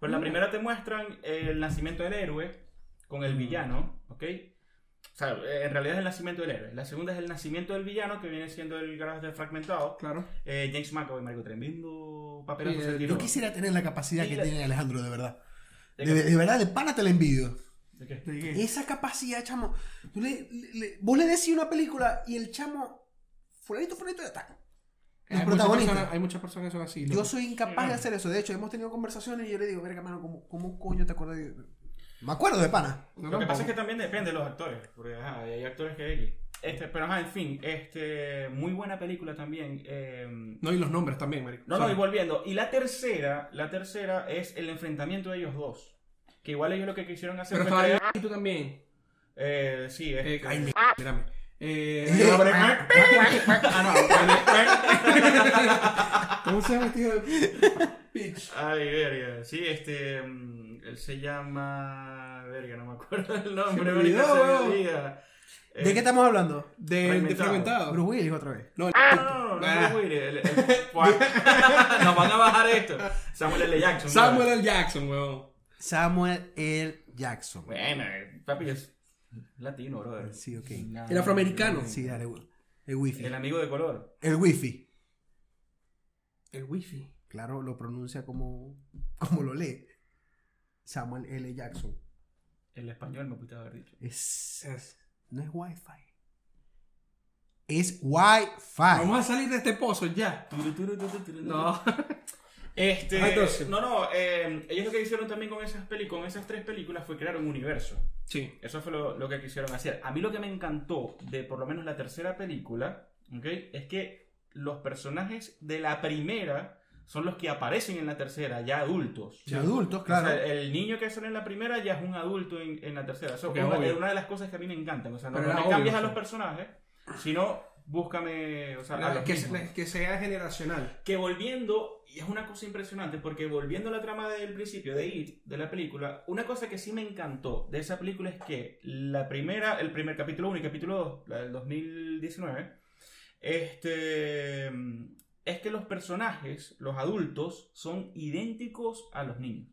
[SPEAKER 1] Pues la
[SPEAKER 2] Mm.
[SPEAKER 1] primera te muestran el nacimiento del héroe con
[SPEAKER 2] Mm.
[SPEAKER 1] el villano. ¿Ok? O sea, en realidad es el nacimiento del héroe. La segunda es el nacimiento del villano, que viene siendo el Garage del Fragmentado.
[SPEAKER 2] Claro.
[SPEAKER 1] Eh, James McAvoy, Marco, tremendo papelazo
[SPEAKER 2] Sí,
[SPEAKER 1] se
[SPEAKER 2] eh,
[SPEAKER 1] tiró.
[SPEAKER 3] Yo quisiera tener la capacidad
[SPEAKER 1] Y
[SPEAKER 3] que
[SPEAKER 1] la-
[SPEAKER 3] tiene Alejandro, de verdad.
[SPEAKER 1] ¿De
[SPEAKER 3] De,
[SPEAKER 1] qué?
[SPEAKER 3] de verdad, de pana te la envidio.
[SPEAKER 1] ¿De qué?
[SPEAKER 2] Eh, ¿De qué?
[SPEAKER 3] Esa capacidad, chamo. Tú le, le- vos le decís una película y el chamo. Fulanito, fulanito de ataca. Los
[SPEAKER 2] Hay muchas
[SPEAKER 3] protagonistas.
[SPEAKER 2] personas- hay muchas personas que son así.
[SPEAKER 3] Yo
[SPEAKER 2] loco.
[SPEAKER 3] soy incapaz de hacer eso. De hecho, hemos tenido conversaciones y yo le digo, verga, mano, ¿cómo, cómo coño te acuerdas de.? Me acuerdo de pana.
[SPEAKER 1] Lo que
[SPEAKER 2] No, tampoco.
[SPEAKER 1] pasa es que también depende de los actores, porque ajá, hay hay actores que X. Este, pero ajá, en fin, este, muy buena película también. eh,
[SPEAKER 2] No, y los nombres también, marico.
[SPEAKER 1] no, no,
[SPEAKER 2] Sorry.
[SPEAKER 1] y volviendo. Y la tercera, la tercera es el enfrentamiento de ellos dos. Que igual ellos lo que quisieron hacer
[SPEAKER 2] Pero
[SPEAKER 1] fue
[SPEAKER 2] estaba
[SPEAKER 1] crear...
[SPEAKER 2] y tú también.
[SPEAKER 1] Eh, sí, es...
[SPEAKER 2] Eh, ay, me... espérame. Eh, ¿Cómo se
[SPEAKER 3] este
[SPEAKER 2] llama, tío? Bitch.
[SPEAKER 1] Ay, verga. Sí, este... mm, Él se llama... Verga, no me acuerdo el
[SPEAKER 2] Se me
[SPEAKER 1] nombre. ahorita
[SPEAKER 2] olvidó,
[SPEAKER 1] se me
[SPEAKER 2] weón.
[SPEAKER 1] olvida. Eh,
[SPEAKER 3] ¿De qué estamos hablando?
[SPEAKER 2] De, de
[SPEAKER 1] Fragmentado.
[SPEAKER 2] fragmentado.
[SPEAKER 3] Bruce Willis otra vez.
[SPEAKER 2] No, el-
[SPEAKER 1] Ah, no, no, no,
[SPEAKER 2] Ah.
[SPEAKER 1] no, Willy, el- el- Nos van a bajar esto. Samuel L. Jackson.
[SPEAKER 2] Samuel L. Jackson, weón.
[SPEAKER 3] Samuel L. Jackson.
[SPEAKER 1] Bueno, eh, papi es latino, brother.
[SPEAKER 3] Sí, ok.
[SPEAKER 1] Nada.
[SPEAKER 2] El afroamericano.
[SPEAKER 3] Sí, dale, wi- el wifi.
[SPEAKER 1] El amigo de color.
[SPEAKER 3] El wifi.
[SPEAKER 2] El wifi.
[SPEAKER 3] Claro, lo pronuncia como, como lo lee. Samuel L. Jackson.
[SPEAKER 1] El español me pudiste haber dicho.
[SPEAKER 3] Es,
[SPEAKER 2] Es-
[SPEAKER 3] no es wifi. Es wifi.
[SPEAKER 2] Vamos a salir de este pozo ya.
[SPEAKER 1] Turu, turu, turu, turu, turu.
[SPEAKER 2] No.
[SPEAKER 1] Este,
[SPEAKER 2] Ah, entonces.
[SPEAKER 1] no, no, eh, ellos lo que hicieron también con esas, peli con esas tres películas fue crear un universo.
[SPEAKER 2] Sí.
[SPEAKER 1] Eso fue lo, lo que quisieron hacer. A mí lo que me encantó de por lo menos la tercera película, ¿ok? Es que los personajes de la primera son los que aparecen en la tercera, ya adultos.
[SPEAKER 3] De adultos,
[SPEAKER 1] O sea, eh,
[SPEAKER 3] claro.
[SPEAKER 1] el niño que sale en la primera ya es un adulto en, en la tercera. Eso
[SPEAKER 2] Ok,
[SPEAKER 1] es una,
[SPEAKER 2] obvio.
[SPEAKER 1] es una de las cosas que a mí me encantan. O sea, no,
[SPEAKER 2] Pero
[SPEAKER 1] no
[SPEAKER 2] era
[SPEAKER 1] me
[SPEAKER 2] obvio,
[SPEAKER 1] cambies a
[SPEAKER 2] sí.
[SPEAKER 1] los personajes, sino búscame, o sea, a los
[SPEAKER 2] Ah, que,
[SPEAKER 1] mismos.
[SPEAKER 2] se- que sea generacional.
[SPEAKER 1] Que volviendo, y es una cosa impresionante, porque volviendo a la trama del principio de It, de la película, una cosa que sí me encantó de esa película es que la primera, el primer capítulo 1 y capítulo 2, la del 2019, este, es que los personajes, los adultos, son idénticos a los niños.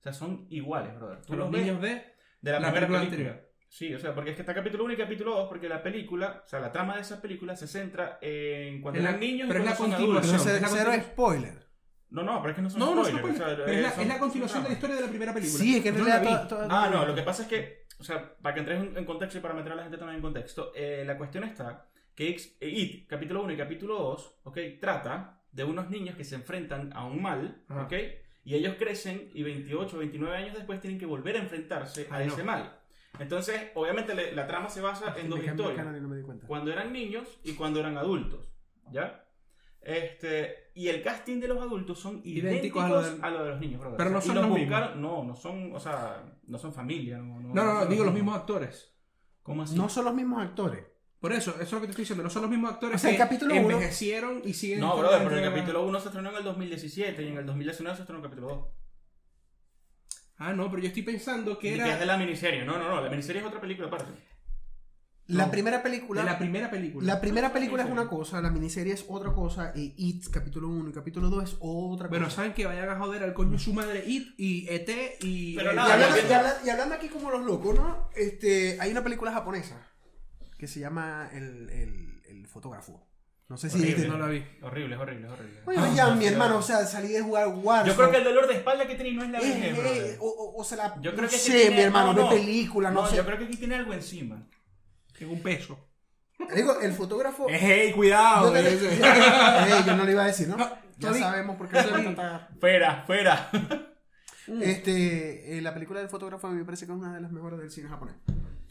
[SPEAKER 1] O sea, son iguales, brother. Tú
[SPEAKER 2] Con los
[SPEAKER 1] ves
[SPEAKER 2] niños de.
[SPEAKER 1] de la,
[SPEAKER 2] la
[SPEAKER 1] primera película.
[SPEAKER 2] película anterior.
[SPEAKER 1] Sí, o sea, porque es que está capítulo 1 y capítulo 2, porque la película, o sea, la trama de esa película se centra en cuando
[SPEAKER 2] En la-
[SPEAKER 1] eran niños
[SPEAKER 2] pero
[SPEAKER 1] y
[SPEAKER 2] es la
[SPEAKER 1] cuando son
[SPEAKER 2] continuación.
[SPEAKER 1] adultos.
[SPEAKER 3] Pero
[SPEAKER 2] no,
[SPEAKER 3] ce-
[SPEAKER 2] la
[SPEAKER 3] cero
[SPEAKER 2] continuación.
[SPEAKER 3] spoiler.
[SPEAKER 1] No, no, pero es que no son
[SPEAKER 2] No, no se
[SPEAKER 1] spoilers,
[SPEAKER 2] puede.
[SPEAKER 1] o sea, eh,
[SPEAKER 2] Pero es la,
[SPEAKER 1] son-
[SPEAKER 2] es la continuación de la
[SPEAKER 1] son
[SPEAKER 2] historia de la primera película.
[SPEAKER 3] Sí, es que en
[SPEAKER 2] Yo
[SPEAKER 3] realidad
[SPEAKER 2] la vi.
[SPEAKER 3] toda- toda-
[SPEAKER 1] Ah, no, lo que pasa es que, o sea, para que entres en, en contexto y para meter a la gente también en contexto, eh, la cuestión está que X- eh, It, capítulo 1 y capítulo 2, ok, trata de unos niños que se enfrentan a un mal,
[SPEAKER 2] Ajá.
[SPEAKER 1] ok, Y ellos crecen y 28, 29 años después tienen que volver a enfrentarse a
[SPEAKER 2] Ay, no.
[SPEAKER 1] ese mal. Entonces, obviamente le- la trama se basa en dos
[SPEAKER 3] Me cambió el
[SPEAKER 1] historias
[SPEAKER 3] canal y no me di cuenta.
[SPEAKER 1] cuando eran niños y cuando eran adultos. ¿Ya? Este, y el casting de los adultos son idénticos,
[SPEAKER 2] Idénticos a lo del-
[SPEAKER 1] a lo de los niños, brother.
[SPEAKER 2] Pero no
[SPEAKER 1] Y
[SPEAKER 2] son
[SPEAKER 1] los
[SPEAKER 2] los mismos.
[SPEAKER 1] buscaron- No, no son, o sea, no son familia. No, no,
[SPEAKER 2] No, no, no,
[SPEAKER 1] son
[SPEAKER 2] digo los mismos actores.
[SPEAKER 1] ¿Cómo así?
[SPEAKER 3] No son los mismos actores.
[SPEAKER 2] Por eso, eso es lo que te estoy diciendo, no son los mismos actores
[SPEAKER 3] O sea, el
[SPEAKER 2] que
[SPEAKER 3] capítulo uno-
[SPEAKER 2] envejecieron y siguen...
[SPEAKER 1] No,
[SPEAKER 2] estando
[SPEAKER 1] brother, pero el
[SPEAKER 2] dentro de la-
[SPEAKER 1] capítulo 1 se estrenó en el 2017 y en el 2019 se estrenó el capítulo 2.
[SPEAKER 2] Ah, no, pero yo estoy pensando
[SPEAKER 1] Que
[SPEAKER 2] que
[SPEAKER 1] es de
[SPEAKER 2] era
[SPEAKER 1] la miniserie. No, no, no, la miniserie es otra película aparte.
[SPEAKER 3] La
[SPEAKER 2] No.
[SPEAKER 3] primera
[SPEAKER 2] de
[SPEAKER 3] película.
[SPEAKER 2] la primera película.
[SPEAKER 3] La primera película es
[SPEAKER 1] miniserie.
[SPEAKER 3] una cosa, la miniserie es otra cosa, y It's capítulo 1 y capítulo 2 es otra
[SPEAKER 2] Bueno,
[SPEAKER 3] cosa.
[SPEAKER 2] saben que vayan a joder al coño su madre It y ET y...
[SPEAKER 1] Pero
[SPEAKER 2] eh,
[SPEAKER 1] nada, Ah,
[SPEAKER 3] y,
[SPEAKER 1] ya
[SPEAKER 3] hablando,
[SPEAKER 1] viendo-
[SPEAKER 3] y habla- y hablando aquí como los locos, ¿no? Este, hay una película japonesa que se llama El, el- el fotógrafo. No sé si...
[SPEAKER 1] Horrible.
[SPEAKER 3] este-
[SPEAKER 2] no la vi.
[SPEAKER 1] Horrible, es horrible, es horrible. Ah,
[SPEAKER 3] Oye, ya, mi hermano, o sea, salí de jugar Warzone.
[SPEAKER 1] Yo creo que el dolor de espalda que tenéis no es la
[SPEAKER 3] Eh,
[SPEAKER 1] virgen, brother.
[SPEAKER 3] eh, o, o- o se la...
[SPEAKER 1] Yo creo
[SPEAKER 3] no
[SPEAKER 1] que
[SPEAKER 3] sé,
[SPEAKER 1] este tiene-
[SPEAKER 3] mi hermano,
[SPEAKER 1] no, no.
[SPEAKER 3] ve película, no,
[SPEAKER 1] No,
[SPEAKER 3] sé.
[SPEAKER 1] yo creo que aquí tiene algo encima.
[SPEAKER 2] Tengo un peso.
[SPEAKER 3] Digo, el fotógrafo...
[SPEAKER 2] ¡Ey, cuidado!
[SPEAKER 3] yo, te-
[SPEAKER 2] ese.
[SPEAKER 3] Eh, yo no le iba a decir, ¿no?
[SPEAKER 2] No,
[SPEAKER 3] ya
[SPEAKER 2] no vi.
[SPEAKER 3] sabemos por qué no
[SPEAKER 2] No
[SPEAKER 3] le
[SPEAKER 2] vi.
[SPEAKER 3] tanta-
[SPEAKER 1] Fuera, fuera.
[SPEAKER 3] Este, eh, la película del fotógrafo a mí me parece que es una de las mejores del cine japonés.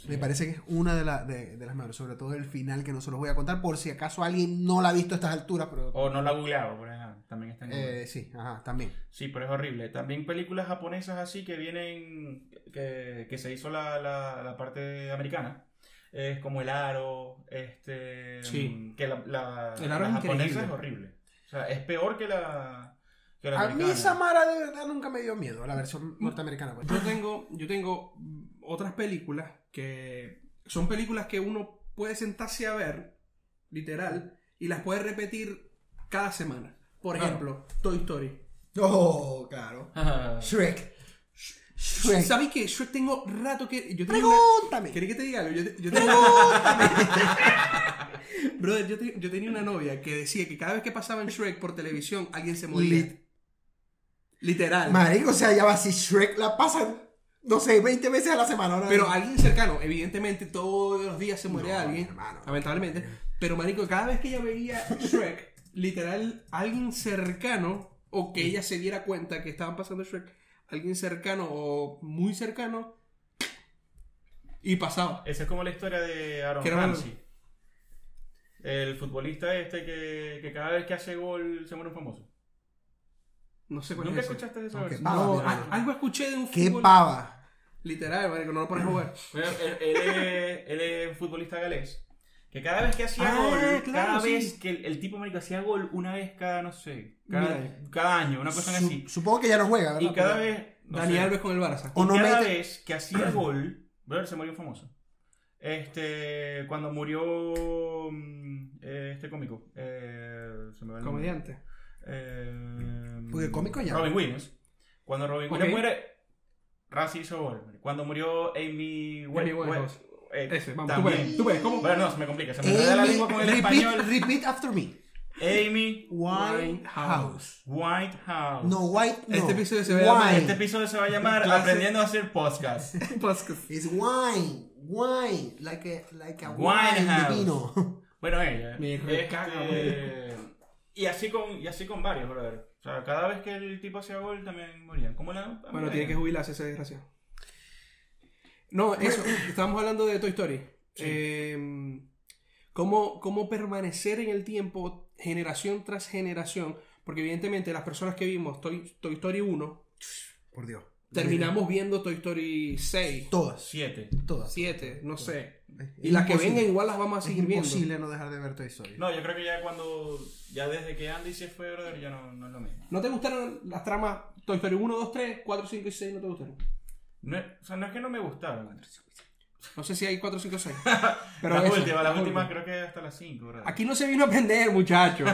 [SPEAKER 3] Me parece que es una de, la- de- de las mejores, sobre todo el final que no se los voy a contar por si acaso alguien no la ha visto a estas alturas, pero...
[SPEAKER 1] O no la googleaba, por ejemplo. También está en Google.
[SPEAKER 3] Eh, sí, ajá, también.
[SPEAKER 1] Sí, pero es horrible. También películas japonesas así que vienen, que, que se hizo la, la, la parte americana. Es como El Aro, este...
[SPEAKER 2] Sí.
[SPEAKER 1] Que la, la,
[SPEAKER 2] El Aro
[SPEAKER 1] la
[SPEAKER 2] es
[SPEAKER 1] japonesa
[SPEAKER 2] increíble.
[SPEAKER 1] es horrible. O sea, es peor que la, que la
[SPEAKER 3] A
[SPEAKER 1] americana.
[SPEAKER 3] mí Samara de verdad nunca me dio miedo, la versión norteamericana. pues.
[SPEAKER 2] Yo tengo, yo tengo mm, otras películas que son películas que uno puede sentarse a ver, literal, y las puede repetir cada semana. Por
[SPEAKER 1] Claro.
[SPEAKER 2] ejemplo, Toy Story.
[SPEAKER 3] Oh, claro. Shrek. Shrek.
[SPEAKER 2] ¿Sabéis que yo tengo rato que... Yo tengo una-
[SPEAKER 3] Pregúntame.
[SPEAKER 2] ¿Querés que te diga algo? Yo, te- yo tenía- Brother, yo, te- yo tenía una novia que decía que cada vez que pasaba en Shrek por televisión, alguien se moría.
[SPEAKER 3] Lit-
[SPEAKER 2] Literal.
[SPEAKER 3] Marico, o sea, ya va, si Shrek la pasan, no sé, 20 veces a la semana. ahora-
[SPEAKER 2] Pero alguien cercano, evidentemente todos los días se muere
[SPEAKER 3] No,
[SPEAKER 2] alguien,
[SPEAKER 3] mi hermano.
[SPEAKER 2] lamentablemente.
[SPEAKER 1] Eh.
[SPEAKER 2] Pero marico, cada vez que ella veía Shrek, literal, alguien cercano, o que ella se diera cuenta que estaban pasando Shrek, alguien cercano o muy cercano, y pasaba.
[SPEAKER 1] Esa es como la historia de Aaron
[SPEAKER 2] Que era un-
[SPEAKER 1] Ramsey. El futbolista este que, que cada vez que hace gol se muere un famoso.
[SPEAKER 2] No sé cuál
[SPEAKER 1] ¿Nunca
[SPEAKER 2] es ese.
[SPEAKER 1] escuchaste esa
[SPEAKER 3] Aunque
[SPEAKER 1] versión? ah,
[SPEAKER 3] pava,
[SPEAKER 2] No,
[SPEAKER 3] mi hermano.
[SPEAKER 2] al- algo escuché de un
[SPEAKER 3] Qué
[SPEAKER 2] fútbol-
[SPEAKER 3] pava.
[SPEAKER 2] Literal, marico, no lo pones a jugar.
[SPEAKER 1] Bueno, él, él es, él es un futbolista galés. Que cada vez que hacía
[SPEAKER 2] Ah,
[SPEAKER 1] gol,
[SPEAKER 2] claro,
[SPEAKER 1] cada
[SPEAKER 2] sí.
[SPEAKER 1] vez que el, el tipo marico hacía gol, una vez cada, no sé, cada,
[SPEAKER 2] Mira.
[SPEAKER 1] cada año, una cosa
[SPEAKER 3] Su-
[SPEAKER 1] así.
[SPEAKER 3] Supongo que ya no juega, ¿verdad?
[SPEAKER 1] Y cada vez. no
[SPEAKER 2] Dani
[SPEAKER 1] sé,
[SPEAKER 2] Alves con el Barça.
[SPEAKER 3] o no
[SPEAKER 1] cada
[SPEAKER 3] mete-
[SPEAKER 1] vez que hacía gol, brother, se murió un famoso. Este, cuando murió mm, eh, este cómico, eh, se me va el nombre.
[SPEAKER 2] Comediante.
[SPEAKER 1] Eh,
[SPEAKER 3] Porque el cómico ya.
[SPEAKER 1] Robin Williams. Cuando Robin
[SPEAKER 2] Ok.
[SPEAKER 1] Williams muere, Razzie hizo gol. Cuando murió Amy Wen-
[SPEAKER 2] Winehouse.
[SPEAKER 1] Wen- eh,
[SPEAKER 2] Ese, vamos, tú
[SPEAKER 1] también.
[SPEAKER 2] ves, tú ves, ¿cómo?
[SPEAKER 1] Pero no, se me complica, se me enreda la
[SPEAKER 3] Amy,
[SPEAKER 1] lengua con el
[SPEAKER 3] repeat,
[SPEAKER 1] español.
[SPEAKER 3] repeat after me.
[SPEAKER 1] Amy
[SPEAKER 3] Winehouse.
[SPEAKER 1] Whitehouse.
[SPEAKER 3] No, White. No.
[SPEAKER 2] Este episodio se va a llamar-
[SPEAKER 1] Este
[SPEAKER 3] Wine.
[SPEAKER 1] episodio se va a llamar
[SPEAKER 2] Clase.
[SPEAKER 1] Aprendiendo a hacer podcast.
[SPEAKER 2] Podcast.
[SPEAKER 3] Es wine. Wine. Like a, like a wine de
[SPEAKER 1] Winehouse.
[SPEAKER 3] vino.
[SPEAKER 1] Bueno, ella. Este,
[SPEAKER 2] Me recaga,
[SPEAKER 1] y así con Y así con varios, brother. O sea, cada vez que el tipo hacía gol también morían. ¿Cómo la.?
[SPEAKER 2] Bueno, tiene que jubilarse ese desgraciado. No, eso, estábamos hablando de Toy Story. Eh, cómo, cómo permanecer en el tiempo generación tras generación, porque evidentemente las personas que vimos Toy, Toy Story 1,
[SPEAKER 3] Por Dios.
[SPEAKER 2] terminamos viendo Toy Story 6,
[SPEAKER 3] Todas.
[SPEAKER 1] Siete.
[SPEAKER 3] Todas.
[SPEAKER 2] 7, no sé.
[SPEAKER 3] Es
[SPEAKER 2] Y las que
[SPEAKER 3] imposible.
[SPEAKER 2] vengan igual las vamos a
[SPEAKER 3] Es
[SPEAKER 2] seguir viendo.
[SPEAKER 3] imposible no dejar de ver Toy Story.
[SPEAKER 1] No, yo creo que ya cuando. Ya desde que Andy se fue, brother, ya no, no es lo mismo.
[SPEAKER 2] ¿No te gustaron las tramas Toy Story 1, 2, 3, 4, 5 y 6? ¿No te gustaron?
[SPEAKER 1] No es- o sea, no es que no me gustaron.
[SPEAKER 2] No sé si hay 4, 5, 6.
[SPEAKER 1] Pero
[SPEAKER 2] Pero
[SPEAKER 1] la
[SPEAKER 2] eso,
[SPEAKER 1] última, la
[SPEAKER 2] las
[SPEAKER 1] última
[SPEAKER 2] últimas.
[SPEAKER 1] creo que hasta las cinco, brother.
[SPEAKER 2] Aquí no se vino a aprender, muchachos.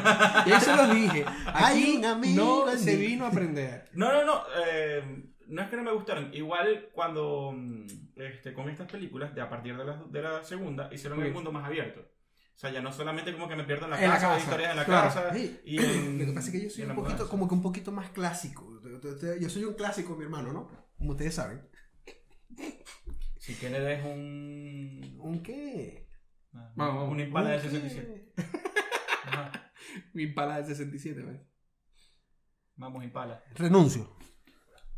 [SPEAKER 2] Ya se los dije.
[SPEAKER 3] Hay
[SPEAKER 2] Aquí
[SPEAKER 3] un amigo
[SPEAKER 2] no
[SPEAKER 3] en
[SPEAKER 2] se
[SPEAKER 3] mí.
[SPEAKER 2] vino a aprender.
[SPEAKER 1] No, no, no. eh, no es que no me gustaron. Igual cuando mm, este, con estas películas, de a partir de la, de la segunda, hicieron
[SPEAKER 2] Ok.
[SPEAKER 1] el mundo más abierto. O sea, ya no solamente como que me pierdo en la
[SPEAKER 2] En la
[SPEAKER 1] casa,
[SPEAKER 2] casa,
[SPEAKER 1] hay historias en la
[SPEAKER 2] claro.
[SPEAKER 1] casa.
[SPEAKER 3] Sí.
[SPEAKER 1] Y en-
[SPEAKER 3] Lo que pasa es que yo
[SPEAKER 1] y
[SPEAKER 3] soy
[SPEAKER 1] en la
[SPEAKER 3] un poquito,
[SPEAKER 1] mudanza.
[SPEAKER 3] como que un poquito más clásico. Yo soy un clásico, mi hermano, ¿no? Como ustedes saben.
[SPEAKER 1] Si Kennedy es un.
[SPEAKER 3] ¿Un qué?
[SPEAKER 2] Vamos, vamos.
[SPEAKER 1] un impala del
[SPEAKER 3] ¿Un qué?
[SPEAKER 1] 67. Ajá.
[SPEAKER 2] Mi pala del 67, man.
[SPEAKER 1] Vamos, impala.
[SPEAKER 3] Renuncio.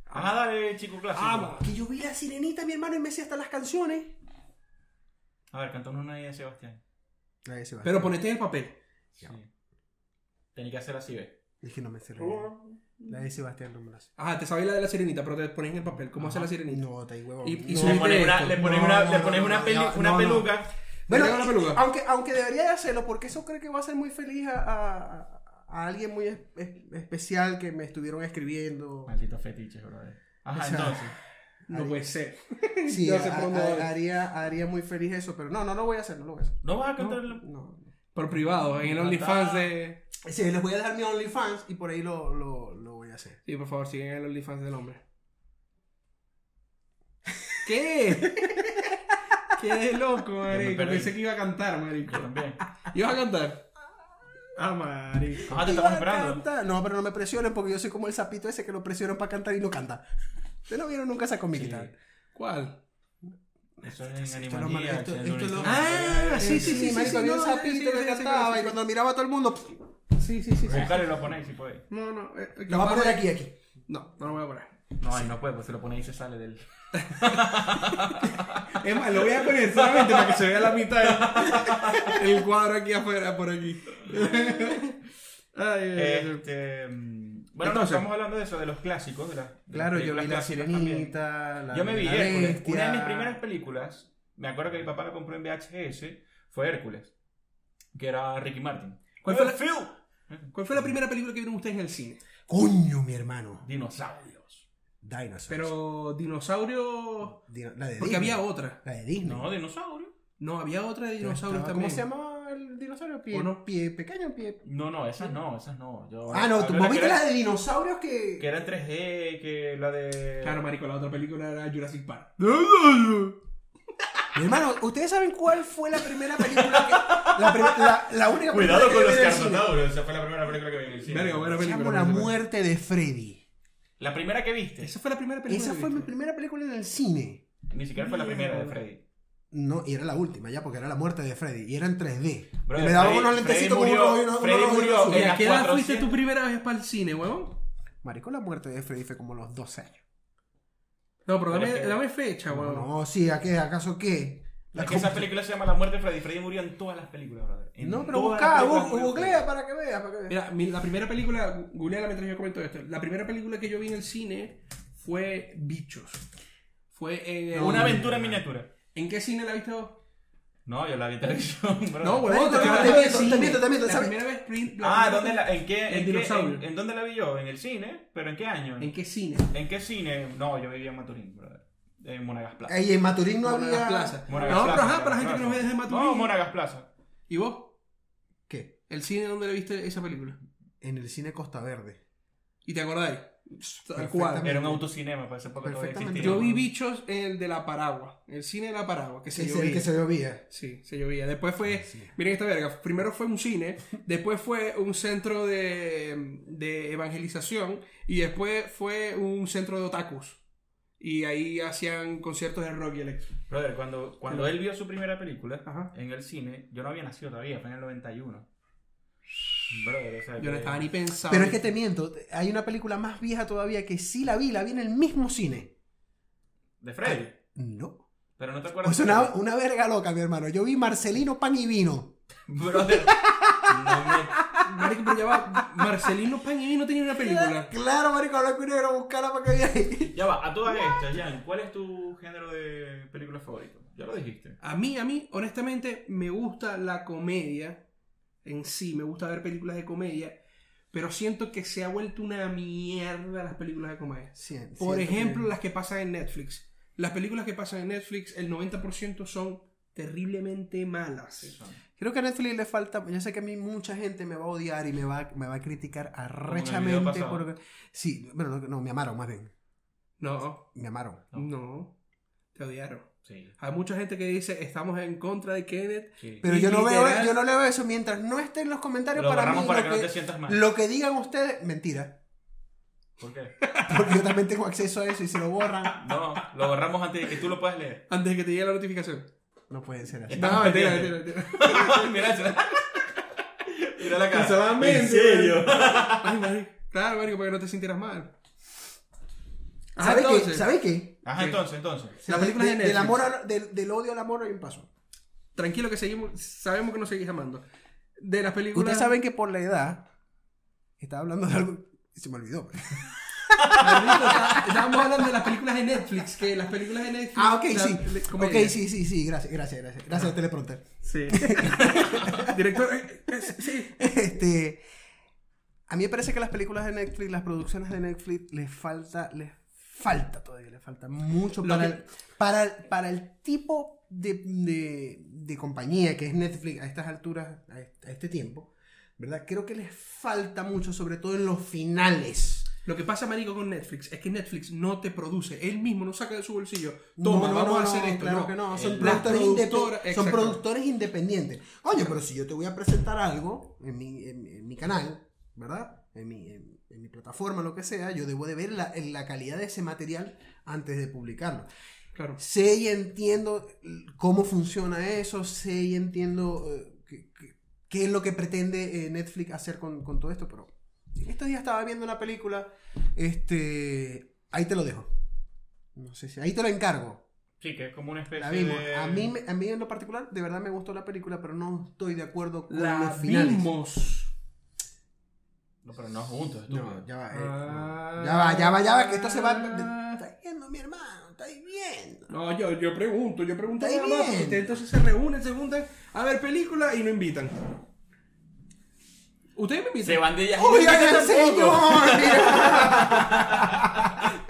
[SPEAKER 3] Ah,
[SPEAKER 1] Ah, dale, chico clásico.
[SPEAKER 2] Ama.
[SPEAKER 3] Que yo vi la sirenita, mi hermano, y me hacía hasta las canciones.
[SPEAKER 1] A ver, cantó una idea de Sebastián.
[SPEAKER 2] Pero ponete en el papel.
[SPEAKER 1] Sí. Tenía que hacer así, ¿ves?
[SPEAKER 3] Es que no me sé. La de Sebastián no me la sé.
[SPEAKER 2] Ajá, te sabes la de la sirenita, pero te pones en el papel. ¿Cómo hace la sirenita?
[SPEAKER 3] No, te huevo.
[SPEAKER 2] Y- y
[SPEAKER 3] No.
[SPEAKER 2] su-
[SPEAKER 1] Le pones una,
[SPEAKER 2] esto.
[SPEAKER 1] le pones
[SPEAKER 3] No,
[SPEAKER 1] una,
[SPEAKER 3] no,
[SPEAKER 1] le pones
[SPEAKER 3] no,
[SPEAKER 1] una,
[SPEAKER 3] no,
[SPEAKER 1] peli-
[SPEAKER 3] no,
[SPEAKER 1] una
[SPEAKER 3] no.
[SPEAKER 1] peluca.
[SPEAKER 3] Bueno,
[SPEAKER 2] Le hago la peluca.
[SPEAKER 3] aunque, aunque debería de hacerlo, porque eso creo que va a ser muy feliz a, a- a alguien muy es- es- especial que me estuvieron escribiendo.
[SPEAKER 1] Malditos fetiches, brother. Ajá,
[SPEAKER 3] O sea,
[SPEAKER 1] entonces.
[SPEAKER 2] No puede ser.
[SPEAKER 3] Sí,
[SPEAKER 2] Ya sé por
[SPEAKER 3] ha-
[SPEAKER 2] dónde
[SPEAKER 3] ha-
[SPEAKER 2] voy.
[SPEAKER 3] haría, haría muy feliz eso, pero no, no lo voy a hacer, no lo voy a hacer.
[SPEAKER 1] ¿No vas a
[SPEAKER 3] No,
[SPEAKER 1] cantar la-
[SPEAKER 3] no.
[SPEAKER 2] Por privado, en el OnlyFans de.
[SPEAKER 3] Sí, les voy a dejar mi OnlyFans y por ahí lo, lo, lo voy a hacer.
[SPEAKER 2] Sí, por favor, siguen el OnlyFans del hombre. ¿Qué? Qué loco, marico.
[SPEAKER 1] perdí.
[SPEAKER 2] Pensé que iba a cantar, marico.
[SPEAKER 1] Yo también.
[SPEAKER 2] ¿Ibas a cantar? Ah, marico.
[SPEAKER 1] Ah, te
[SPEAKER 3] Iba
[SPEAKER 1] estamos
[SPEAKER 3] a
[SPEAKER 1] esperando.
[SPEAKER 3] cantar. No, pero no me presionen porque yo soy como el sapito ese que lo presionan para cantar y no canta. Ustedes no vieron nunca esa comiquita.
[SPEAKER 1] Sí.
[SPEAKER 2] ¿Cuál?
[SPEAKER 1] Eso es en
[SPEAKER 3] Esto lo-
[SPEAKER 1] Animaniacs,
[SPEAKER 3] esto-
[SPEAKER 1] en
[SPEAKER 3] esto
[SPEAKER 1] Looney
[SPEAKER 3] lo- Eh,
[SPEAKER 1] Tunes.
[SPEAKER 2] Ah, sí, sí, sí,
[SPEAKER 3] marico,
[SPEAKER 2] sí,
[SPEAKER 3] había
[SPEAKER 2] no,
[SPEAKER 3] un
[SPEAKER 2] sí, sí,
[SPEAKER 3] sapito que
[SPEAKER 2] sí,
[SPEAKER 3] cantaba
[SPEAKER 2] sí,
[SPEAKER 3] y
[SPEAKER 2] sí.
[SPEAKER 3] cuando lo miraba a todo el mundo. pff,
[SPEAKER 2] Sí, sí, sí. sí.
[SPEAKER 1] Búscalo y lo ponéis si podéis.
[SPEAKER 2] No, no. eh,
[SPEAKER 3] Lo voy a
[SPEAKER 2] capaz-
[SPEAKER 3] poner aquí, aquí.
[SPEAKER 2] No, no lo voy a poner.
[SPEAKER 1] No, ahí no puede, pues si lo ponéis y se sale del.
[SPEAKER 2] Es más, lo voy a poner solamente para que se vea la mitad del el cuadro aquí afuera, por aquí. Ay, ay, ay.
[SPEAKER 1] Este, mm, bueno, no,
[SPEAKER 2] Entonces.
[SPEAKER 1] estamos hablando de eso, de los clásicos. De las, de las
[SPEAKER 3] Claro, yo
[SPEAKER 1] películas
[SPEAKER 3] vi la
[SPEAKER 1] clásicas también.
[SPEAKER 3] sirenita, la
[SPEAKER 1] Yo me vi
[SPEAKER 3] la
[SPEAKER 1] Hércules.
[SPEAKER 3] bestia.
[SPEAKER 1] Una de mis primeras películas, me acuerdo que mi papá la compró en VHS, fue Hércules, que era Ricky Martin.
[SPEAKER 2] ¿Cuál fue la-
[SPEAKER 1] Phil?
[SPEAKER 2] ¿Cuál fue la primera película que vieron ustedes en el cine?
[SPEAKER 3] Coño, mi hermano.
[SPEAKER 1] Dinosaurios.
[SPEAKER 3] Dinosaurs.
[SPEAKER 2] Pero dinosaurio.
[SPEAKER 3] Di- la de
[SPEAKER 2] Porque
[SPEAKER 3] Disney.
[SPEAKER 2] había otra.
[SPEAKER 3] La de Disney.
[SPEAKER 1] No, dinosaurios.
[SPEAKER 2] No, había otra de dinosaurios
[SPEAKER 3] Estaba-
[SPEAKER 2] también.
[SPEAKER 3] ¿Cómo se llamaba el dinosaurio? Pie,
[SPEAKER 2] ¿O no?
[SPEAKER 3] pie pequeño, pie.
[SPEAKER 1] No, no, esas no, esas no. Yo
[SPEAKER 3] Ah, no,
[SPEAKER 1] hablo
[SPEAKER 3] tú
[SPEAKER 1] de
[SPEAKER 3] vos
[SPEAKER 1] que
[SPEAKER 3] viste
[SPEAKER 1] era-
[SPEAKER 3] la de dinosaurios que.
[SPEAKER 1] Que era en 3D, que la de...
[SPEAKER 2] Claro, marico, la otra película era Jurassic Park.
[SPEAKER 3] Mi hermano, ¿ustedes saben cuál fue la primera película que. la, prim- la, la única película
[SPEAKER 1] Cuidado
[SPEAKER 3] que
[SPEAKER 1] con
[SPEAKER 3] vi
[SPEAKER 1] los
[SPEAKER 3] en el cine?
[SPEAKER 1] carnotaurios, esa fue la primera película que vi en el cine.
[SPEAKER 2] Verga, buena
[SPEAKER 3] Se
[SPEAKER 2] película.
[SPEAKER 3] llama La
[SPEAKER 2] buena película.
[SPEAKER 3] muerte de Freddy.
[SPEAKER 1] La primera que viste.
[SPEAKER 2] Esa fue la primera película.
[SPEAKER 3] Esa
[SPEAKER 2] que
[SPEAKER 3] fue mi
[SPEAKER 2] viste.
[SPEAKER 3] primera película en el cine.
[SPEAKER 1] Ni siquiera fue la primera de Freddy.
[SPEAKER 3] No, y era la última ya, porque era la muerte de Freddy. Y era en 3D.
[SPEAKER 1] Bro,
[SPEAKER 3] me daba
[SPEAKER 1] Freddy-
[SPEAKER 3] unos lentecitos
[SPEAKER 1] Freddy
[SPEAKER 3] como
[SPEAKER 1] murió-
[SPEAKER 3] unos unos-
[SPEAKER 1] Freddy
[SPEAKER 3] unos-
[SPEAKER 1] murió Eh.
[SPEAKER 3] unos-
[SPEAKER 2] ¿Y
[SPEAKER 1] en
[SPEAKER 2] a
[SPEAKER 1] las
[SPEAKER 2] qué edad
[SPEAKER 1] 400.
[SPEAKER 2] fuiste tu primera vez para el cine, huevón?
[SPEAKER 3] Marico, la muerte de Freddy fue como a los 12 años.
[SPEAKER 2] No, pero dame,
[SPEAKER 1] Verga.
[SPEAKER 2] dame fecha,
[SPEAKER 3] No,
[SPEAKER 2] huevón.
[SPEAKER 3] no, sí, ¿a qué? ¿acaso qué? La
[SPEAKER 1] Oh. Es que esa
[SPEAKER 3] com-
[SPEAKER 1] película se llama La muerte de Freddy. Freddy murió en todas las películas, brother. En
[SPEAKER 3] No, pero
[SPEAKER 1] todas
[SPEAKER 3] busca,
[SPEAKER 1] las películas
[SPEAKER 3] bu-
[SPEAKER 1] murió
[SPEAKER 3] googlea para que veas. Para que veas.
[SPEAKER 2] Mira, mi- la primera película, gu- googleala mientras yo comento esto. La primera película que yo vi en el cine fue Bichos. Fue en el-
[SPEAKER 1] Freddy. Una aventura en miniatura.
[SPEAKER 2] ¿En qué cine la viste vos?
[SPEAKER 1] No, yo la vi en televisión, bro.
[SPEAKER 2] No,
[SPEAKER 3] güey.
[SPEAKER 2] huevón,
[SPEAKER 3] no,
[SPEAKER 2] estoy
[SPEAKER 3] no,
[SPEAKER 2] hablando
[SPEAKER 3] te
[SPEAKER 2] de
[SPEAKER 3] miento,
[SPEAKER 2] cine.
[SPEAKER 3] te miento, te miento,
[SPEAKER 2] La
[SPEAKER 3] ¿sabes?
[SPEAKER 2] primera vez, prim- la
[SPEAKER 1] Ah,
[SPEAKER 2] primera
[SPEAKER 1] ¿dónde la,
[SPEAKER 2] vez-
[SPEAKER 1] en, qué,
[SPEAKER 2] El
[SPEAKER 1] en, qué-
[SPEAKER 2] dinosaurio.
[SPEAKER 1] en- en dónde la vi yo? ¿En el cine? ¿Pero en qué año?
[SPEAKER 2] ¿En qué cine?
[SPEAKER 1] ¿En qué cine? No, yo vivía en Maturín, brother. En Monagas Plaza.
[SPEAKER 3] Ey, en Maturín no
[SPEAKER 2] Monagas
[SPEAKER 3] había.
[SPEAKER 2] Plaza.
[SPEAKER 1] Monagas
[SPEAKER 2] no,
[SPEAKER 1] Plaza,
[SPEAKER 2] pero ajá, para la
[SPEAKER 1] Monagas
[SPEAKER 2] gente que nos ve
[SPEAKER 1] Plaza.
[SPEAKER 2] desde Maturín.
[SPEAKER 1] No, Monagas Plaza.
[SPEAKER 2] ¿Y vos?
[SPEAKER 3] ¿Qué?
[SPEAKER 2] ¿El cine dónde la viste esa película?
[SPEAKER 3] En el cine Costa Verde.
[SPEAKER 2] ¿Y te acordáis? Al
[SPEAKER 3] Perfectamente.
[SPEAKER 2] cuadro.
[SPEAKER 1] Era un autocinema, parece porque todavía
[SPEAKER 3] Perfectamente.
[SPEAKER 1] existía.
[SPEAKER 2] Yo vi Bichos en el de la Paragua. El cine de la Paragua, que se
[SPEAKER 3] Ese el
[SPEAKER 2] llovía.
[SPEAKER 3] que se llovía.
[SPEAKER 2] Sí, se llovía. Después fue.
[SPEAKER 3] Sí.
[SPEAKER 2] Miren esta verga. Primero fue un cine, después fue un centro de, de evangelización y después fue un centro de otakus. Y ahí hacían conciertos de rock y electro.
[SPEAKER 1] Brother, cuando, cuando él vio su primera película
[SPEAKER 2] Ajá.
[SPEAKER 1] en el cine, yo no había nacido todavía, fue en el 91. Brother, o sea,
[SPEAKER 2] Yo no
[SPEAKER 1] que-
[SPEAKER 2] estaba ni pensando.
[SPEAKER 3] Pero es que te miento, hay una película más vieja todavía que sí la vi, la vi en el mismo cine.
[SPEAKER 1] De Freddy.
[SPEAKER 3] No.
[SPEAKER 1] Pero no te acuerdas.
[SPEAKER 3] O sea, una, una verga loca, mi hermano. Yo vi Marcelino Pan y Vino.
[SPEAKER 1] Brother. no me-
[SPEAKER 2] Marico, pero ya va, Marcelino Panini no tenía una película.
[SPEAKER 3] Claro, marico, blanco y negro, buscala para que veas.
[SPEAKER 1] Ya va, a todas estas, Jan, ¿cuál es tu género de película favorito? Ya lo dijiste.
[SPEAKER 2] A mí, a mí, honestamente, me gusta la comedia en sí. Me gusta ver películas de comedia. Pero siento que se ha vuelto una mierda las películas de comedia.
[SPEAKER 3] Sí,
[SPEAKER 2] Por
[SPEAKER 3] siento
[SPEAKER 2] ejemplo,
[SPEAKER 3] que-
[SPEAKER 2] las que pasan en Netflix. Las películas que pasan en Netflix, el 90% son terriblemente malas.
[SPEAKER 3] Creo que a Netflix le falta. Yo sé que a mí mucha gente me va a odiar y me va, me va a criticar
[SPEAKER 1] video
[SPEAKER 3] arrechamente.
[SPEAKER 1] pasado.
[SPEAKER 3] Porque, sí, bueno, no, no, me amaron más bien.
[SPEAKER 2] No,
[SPEAKER 3] Me amaron.
[SPEAKER 1] No.
[SPEAKER 2] no, te odiaron.
[SPEAKER 1] Sí,
[SPEAKER 2] Hay mucha gente que dice, estamos en contra de Kenneth.
[SPEAKER 1] sí.
[SPEAKER 3] Pero
[SPEAKER 2] Y
[SPEAKER 3] yo no, veo,
[SPEAKER 2] literal-
[SPEAKER 3] yo no le veo eso. Mientras no esté en los comentarios,
[SPEAKER 1] Lo
[SPEAKER 3] para
[SPEAKER 1] borramos
[SPEAKER 3] mí.
[SPEAKER 1] para
[SPEAKER 3] lo,
[SPEAKER 1] que,
[SPEAKER 3] que,
[SPEAKER 1] no te sientas mal.
[SPEAKER 3] lo que digan ustedes, mentira.
[SPEAKER 1] ¿Por qué?
[SPEAKER 3] Porque yo también tengo acceso a eso y se lo borran.
[SPEAKER 1] No, lo borramos antes de que tú lo puedas leer.
[SPEAKER 2] Antes de que te llegue la notificación.
[SPEAKER 3] No pueden ser así.
[SPEAKER 1] Estamos
[SPEAKER 2] No, mentira,
[SPEAKER 1] pendientes.
[SPEAKER 2] mentira, mentira.
[SPEAKER 1] Mira eso. Mira la cara.
[SPEAKER 2] Solamente.
[SPEAKER 1] ¿En serio?
[SPEAKER 2] Ay, marico. Claro, marico, para que no te sintieras mal. Ah,
[SPEAKER 3] ¿Sabes qué?
[SPEAKER 2] entonces.
[SPEAKER 3] ¿Sabes qué?
[SPEAKER 1] Ajá,
[SPEAKER 2] Sí.
[SPEAKER 1] entonces, entonces.
[SPEAKER 2] La película
[SPEAKER 3] de,
[SPEAKER 2] es de
[SPEAKER 3] del,
[SPEAKER 2] Netflix.
[SPEAKER 3] amor al- del, del odio al amor hay un paso.
[SPEAKER 2] Tranquilo que seguimos, sabemos que nos seguís amando. De las películas.
[SPEAKER 3] Ustedes saben que por la edad estaba hablando de algo y se me olvidó.
[SPEAKER 2] Maldito, está- estábamos hablando de las películas de Netflix, que las películas de Netflix.
[SPEAKER 3] Ah, ok,
[SPEAKER 2] la-
[SPEAKER 3] sí.
[SPEAKER 2] de-
[SPEAKER 3] Ok,
[SPEAKER 2] comedia.
[SPEAKER 3] sí, sí, sí. Gracias, gracias, gracias. Gracias, teleprompter.
[SPEAKER 2] Sí. Director, eh, eh, sí.
[SPEAKER 3] Este, a mí me parece que las películas de Netflix, las producciones de Netflix, les falta, les falta todavía, les falta mucho
[SPEAKER 2] Lo
[SPEAKER 3] para,
[SPEAKER 2] que-
[SPEAKER 3] el, para, para el tipo de, de- de compañía que es Netflix a estas alturas, a este, a este tiempo, ¿verdad? Creo que les falta mucho, sobre todo en los finales.
[SPEAKER 2] Lo que pasa, marico, con Netflix es que Netflix no te produce. Él mismo no saca de su bolsillo. Toma,
[SPEAKER 3] No, no,
[SPEAKER 2] vamos
[SPEAKER 3] no,
[SPEAKER 2] a
[SPEAKER 3] no,
[SPEAKER 2] hacer esto.
[SPEAKER 3] Claro
[SPEAKER 2] no.
[SPEAKER 3] que no, son,
[SPEAKER 2] Las
[SPEAKER 3] productores, indepe-
[SPEAKER 2] productoras-
[SPEAKER 3] son
[SPEAKER 2] exacto.
[SPEAKER 3] productores independientes. Oye, pero si yo te voy a presentar algo en mi, en- en mi canal, ¿verdad? En mi, en- en mi plataforma, lo que sea, yo debo de ver la, en la calidad de ese material antes de publicarlo.
[SPEAKER 2] Claro.
[SPEAKER 3] Sé y entiendo eh, cómo funciona eso, sé y entiendo eh, qué- qué- qué es lo que pretende eh, Netflix hacer con, con todo esto, pero estos días estaba viendo una película, este, ahí te lo dejo. No sé si, ahí te lo encargo.
[SPEAKER 1] Sí, que es como una especie
[SPEAKER 3] La
[SPEAKER 2] Este,
[SPEAKER 3] vimos.
[SPEAKER 1] de...
[SPEAKER 3] A mí, me- a mí en lo particular, de verdad me gustó la película, pero no estoy de acuerdo con
[SPEAKER 2] La
[SPEAKER 3] los finales.
[SPEAKER 2] vimos.
[SPEAKER 1] No, pero no juntos, estúpido.
[SPEAKER 3] No, ya va, eh,
[SPEAKER 2] Ah.
[SPEAKER 3] ya va, ya va, ya va, que esto se va. Está viendo mi hermano, está viendo.
[SPEAKER 2] No, yo, yo pregunto, yo pregunto
[SPEAKER 3] Está
[SPEAKER 2] nada más,
[SPEAKER 3] bien.
[SPEAKER 2] porque ustedes entonces se reúnen, se juntan a ver película y no invitan. Ustedes me invitan.
[SPEAKER 4] Se van de ellas.
[SPEAKER 3] ¡Oigan
[SPEAKER 2] mira,
[SPEAKER 3] al
[SPEAKER 2] tampoco.
[SPEAKER 3] señor! mira.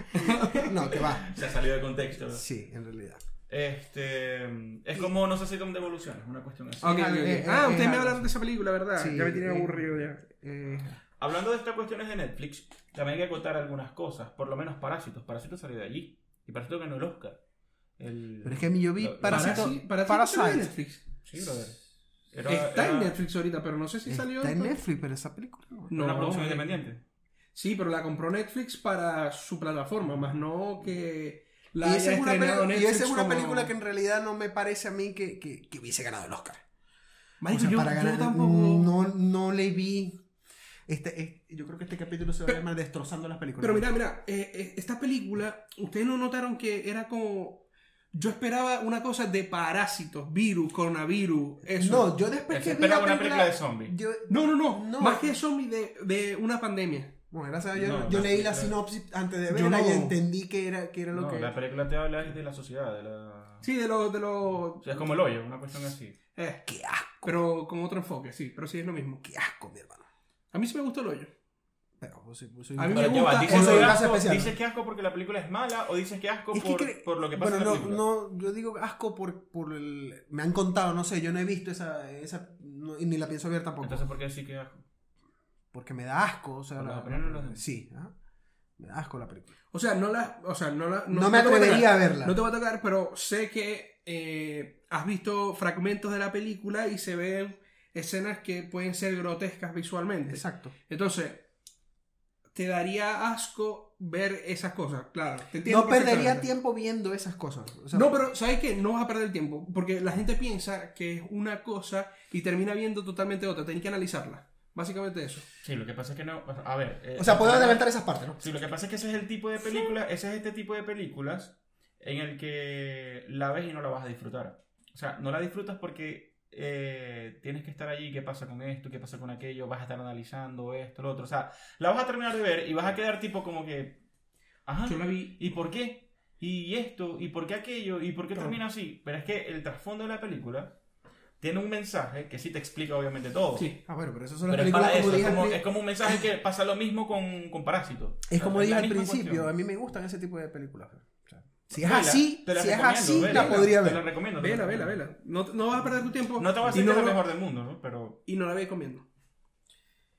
[SPEAKER 3] no, que va.
[SPEAKER 1] Se ha salido de contexto.
[SPEAKER 3] Sí, en realidad.
[SPEAKER 1] Este, es como, no sé si como devolución, es una cuestión así.
[SPEAKER 2] Ah, ok,
[SPEAKER 3] Es
[SPEAKER 2] ok,
[SPEAKER 3] algo,
[SPEAKER 2] ok.
[SPEAKER 3] es-
[SPEAKER 2] ah,
[SPEAKER 3] es
[SPEAKER 2] ustedes me
[SPEAKER 3] algo.
[SPEAKER 2] hablaron de esa película, ¿verdad?
[SPEAKER 3] eh, Sí,
[SPEAKER 2] ya me tienen
[SPEAKER 3] eh.
[SPEAKER 2] aburrido ya.
[SPEAKER 3] Eh,
[SPEAKER 1] Hablando de estas cuestiones de Netflix, también hay que acotar algunas cosas, por lo menos Parásitos. Parásitos salió de allí. Y Parásitos ganó el Oscar. El...
[SPEAKER 3] pero es que a mí yo vi
[SPEAKER 1] Lo-
[SPEAKER 3] Parásito.
[SPEAKER 2] Parasi- Parásito salió de
[SPEAKER 3] Parasite.
[SPEAKER 2] Netflix.
[SPEAKER 1] Sí, brother. Era-
[SPEAKER 2] Está en
[SPEAKER 1] era-
[SPEAKER 2] Netflix ahorita, pero no sé si salió.
[SPEAKER 3] Está en
[SPEAKER 2] después.
[SPEAKER 3] Netflix, pero esa película. no.
[SPEAKER 1] era Una
[SPEAKER 2] No,
[SPEAKER 1] producción
[SPEAKER 2] eh.
[SPEAKER 1] independiente.
[SPEAKER 2] Sí, pero la compró Netflix para su plataforma, más no que la
[SPEAKER 3] y
[SPEAKER 2] haya
[SPEAKER 3] esa es una,
[SPEAKER 2] estrenado
[SPEAKER 3] peli- y
[SPEAKER 2] Netflix
[SPEAKER 3] esa es una
[SPEAKER 2] como-
[SPEAKER 3] película que en realidad no me parece a mí que, que- que hubiese ganado el Oscar.
[SPEAKER 2] Marico,
[SPEAKER 3] O sea,
[SPEAKER 2] yo,
[SPEAKER 3] para
[SPEAKER 2] yo
[SPEAKER 3] ganar, mm,
[SPEAKER 2] tampoco.
[SPEAKER 3] No, no le vi. Este, este- yo creo que este capítulo se va a llamar Destrozando las películas.
[SPEAKER 2] Pero mira, mira, eh, eh, esta película, ustedes no notaron que era como. Yo esperaba una cosa de parásitos, virus, coronavirus, eso.
[SPEAKER 3] no, yo después que
[SPEAKER 1] Se
[SPEAKER 3] vi la
[SPEAKER 1] espera
[SPEAKER 3] película,
[SPEAKER 1] una película de zombies.
[SPEAKER 3] Yo,
[SPEAKER 2] no, no, no,
[SPEAKER 3] No.
[SPEAKER 2] Más que zombie de, de una pandemia.
[SPEAKER 3] bueno, gracias a Dios,
[SPEAKER 1] No,
[SPEAKER 3] yo
[SPEAKER 1] la
[SPEAKER 3] leí la
[SPEAKER 1] película-
[SPEAKER 3] sinopsis antes de
[SPEAKER 2] Yo
[SPEAKER 3] verla
[SPEAKER 2] no.
[SPEAKER 3] y entendí que era, que era lo
[SPEAKER 1] No,
[SPEAKER 3] que.
[SPEAKER 1] la película te habla es de la sociedad, de la...
[SPEAKER 2] Sí, de los. De los
[SPEAKER 1] O sea, es como el hoyo, una cuestión así.
[SPEAKER 2] eh,
[SPEAKER 3] Qué asco,
[SPEAKER 2] pero con otro enfoque, sí, pero sí es lo mismo.
[SPEAKER 3] qué asco, mi hermano.
[SPEAKER 2] A mí sí me gustó el hoyo.
[SPEAKER 3] Pero vos, vos soy
[SPEAKER 2] A mí
[SPEAKER 3] un-
[SPEAKER 2] me
[SPEAKER 1] Pero ya va,
[SPEAKER 2] gusta-
[SPEAKER 1] ¿dices
[SPEAKER 3] eso
[SPEAKER 1] que,
[SPEAKER 3] es un caso
[SPEAKER 1] asco,
[SPEAKER 3] especial.
[SPEAKER 1] dices que asco porque la película es mala o dices que asco
[SPEAKER 3] Es que
[SPEAKER 1] por,
[SPEAKER 3] cre-
[SPEAKER 1] por lo que pasa
[SPEAKER 3] Bueno,
[SPEAKER 1] en la
[SPEAKER 3] no,
[SPEAKER 1] película?
[SPEAKER 3] no, yo digo asco por, por el. Me han contado, no sé, yo no he visto esa. esa no- y ni la pienso ver tampoco.
[SPEAKER 1] Entonces, ¿por qué decir que asco?
[SPEAKER 3] porque me da asco. O sea,
[SPEAKER 1] Por
[SPEAKER 3] la-
[SPEAKER 1] las opiniones de los demás.
[SPEAKER 3] sí, ajá. me da asco la película.
[SPEAKER 2] O sea, no la. O sea, no la.
[SPEAKER 3] No,
[SPEAKER 2] no
[SPEAKER 3] me
[SPEAKER 2] te voy a tocar.
[SPEAKER 3] atrevería a verla.
[SPEAKER 2] No te voy a tocar, pero sé que eh, has visto fragmentos de la película y se ven escenas que pueden ser grotescas visualmente.
[SPEAKER 3] Exacto.
[SPEAKER 2] Entonces, te daría asco ver esas cosas, claro. te entiendo
[SPEAKER 3] No perdería
[SPEAKER 2] perfectamente.
[SPEAKER 3] tiempo viendo esas cosas. o sea,
[SPEAKER 2] no, pero ¿sabes qué? No vas a perder tiempo, porque la gente piensa que es una cosa y termina viendo totalmente otra. Tenés que analizarla. Básicamente eso.
[SPEAKER 1] Sí, lo que pasa es que no... A ver... eh,
[SPEAKER 3] O sea, podemos
[SPEAKER 1] espera-
[SPEAKER 3] adelantar esas partes, ¿no?
[SPEAKER 1] Sí, lo que pasa es que ese es el tipo de película, ese es este tipo de películas en el que la ves y no la vas a disfrutar. O sea, no la disfrutas porque eh, tienes que estar allí, qué pasa con esto, qué pasa con aquello, vas a estar analizando esto, lo otro. O sea, la vas a terminar de ver y vas a quedar tipo como que, ajá,
[SPEAKER 2] Yo la vi.
[SPEAKER 1] ¿y por qué? ¿Y esto? ¿Y por qué aquello? ¿Y por qué termina así? Pero es que el trasfondo de la película tiene un mensaje que sí te explica obviamente todo.
[SPEAKER 2] Sí.
[SPEAKER 3] Ah, bueno, pero eso son las
[SPEAKER 1] Pero es para eso,
[SPEAKER 3] películas como
[SPEAKER 1] es
[SPEAKER 3] dije al
[SPEAKER 1] como,
[SPEAKER 3] pri-
[SPEAKER 1] es como un mensaje que pasa lo mismo con, con Parásitos.
[SPEAKER 3] Es como
[SPEAKER 1] la
[SPEAKER 3] dije al
[SPEAKER 1] misma
[SPEAKER 3] principio,
[SPEAKER 1] cuestión.
[SPEAKER 3] a mí me gustan ese tipo de películas. O sea, si es
[SPEAKER 1] Vela,
[SPEAKER 3] así,
[SPEAKER 1] te la
[SPEAKER 3] si es
[SPEAKER 1] recomiendo,
[SPEAKER 3] así,
[SPEAKER 1] vela,
[SPEAKER 3] la podría
[SPEAKER 1] Te la
[SPEAKER 3] ver.
[SPEAKER 1] recomiendo. te la
[SPEAKER 2] Vela, vela,
[SPEAKER 1] recomiendo.
[SPEAKER 2] vela. No, no vas a perder tu tiempo.
[SPEAKER 1] No te va a
[SPEAKER 2] y
[SPEAKER 1] decir
[SPEAKER 2] no
[SPEAKER 1] que es
[SPEAKER 2] lo-
[SPEAKER 1] la mejor del mundo, ¿no? Pero.
[SPEAKER 2] Y no la ve comiendo.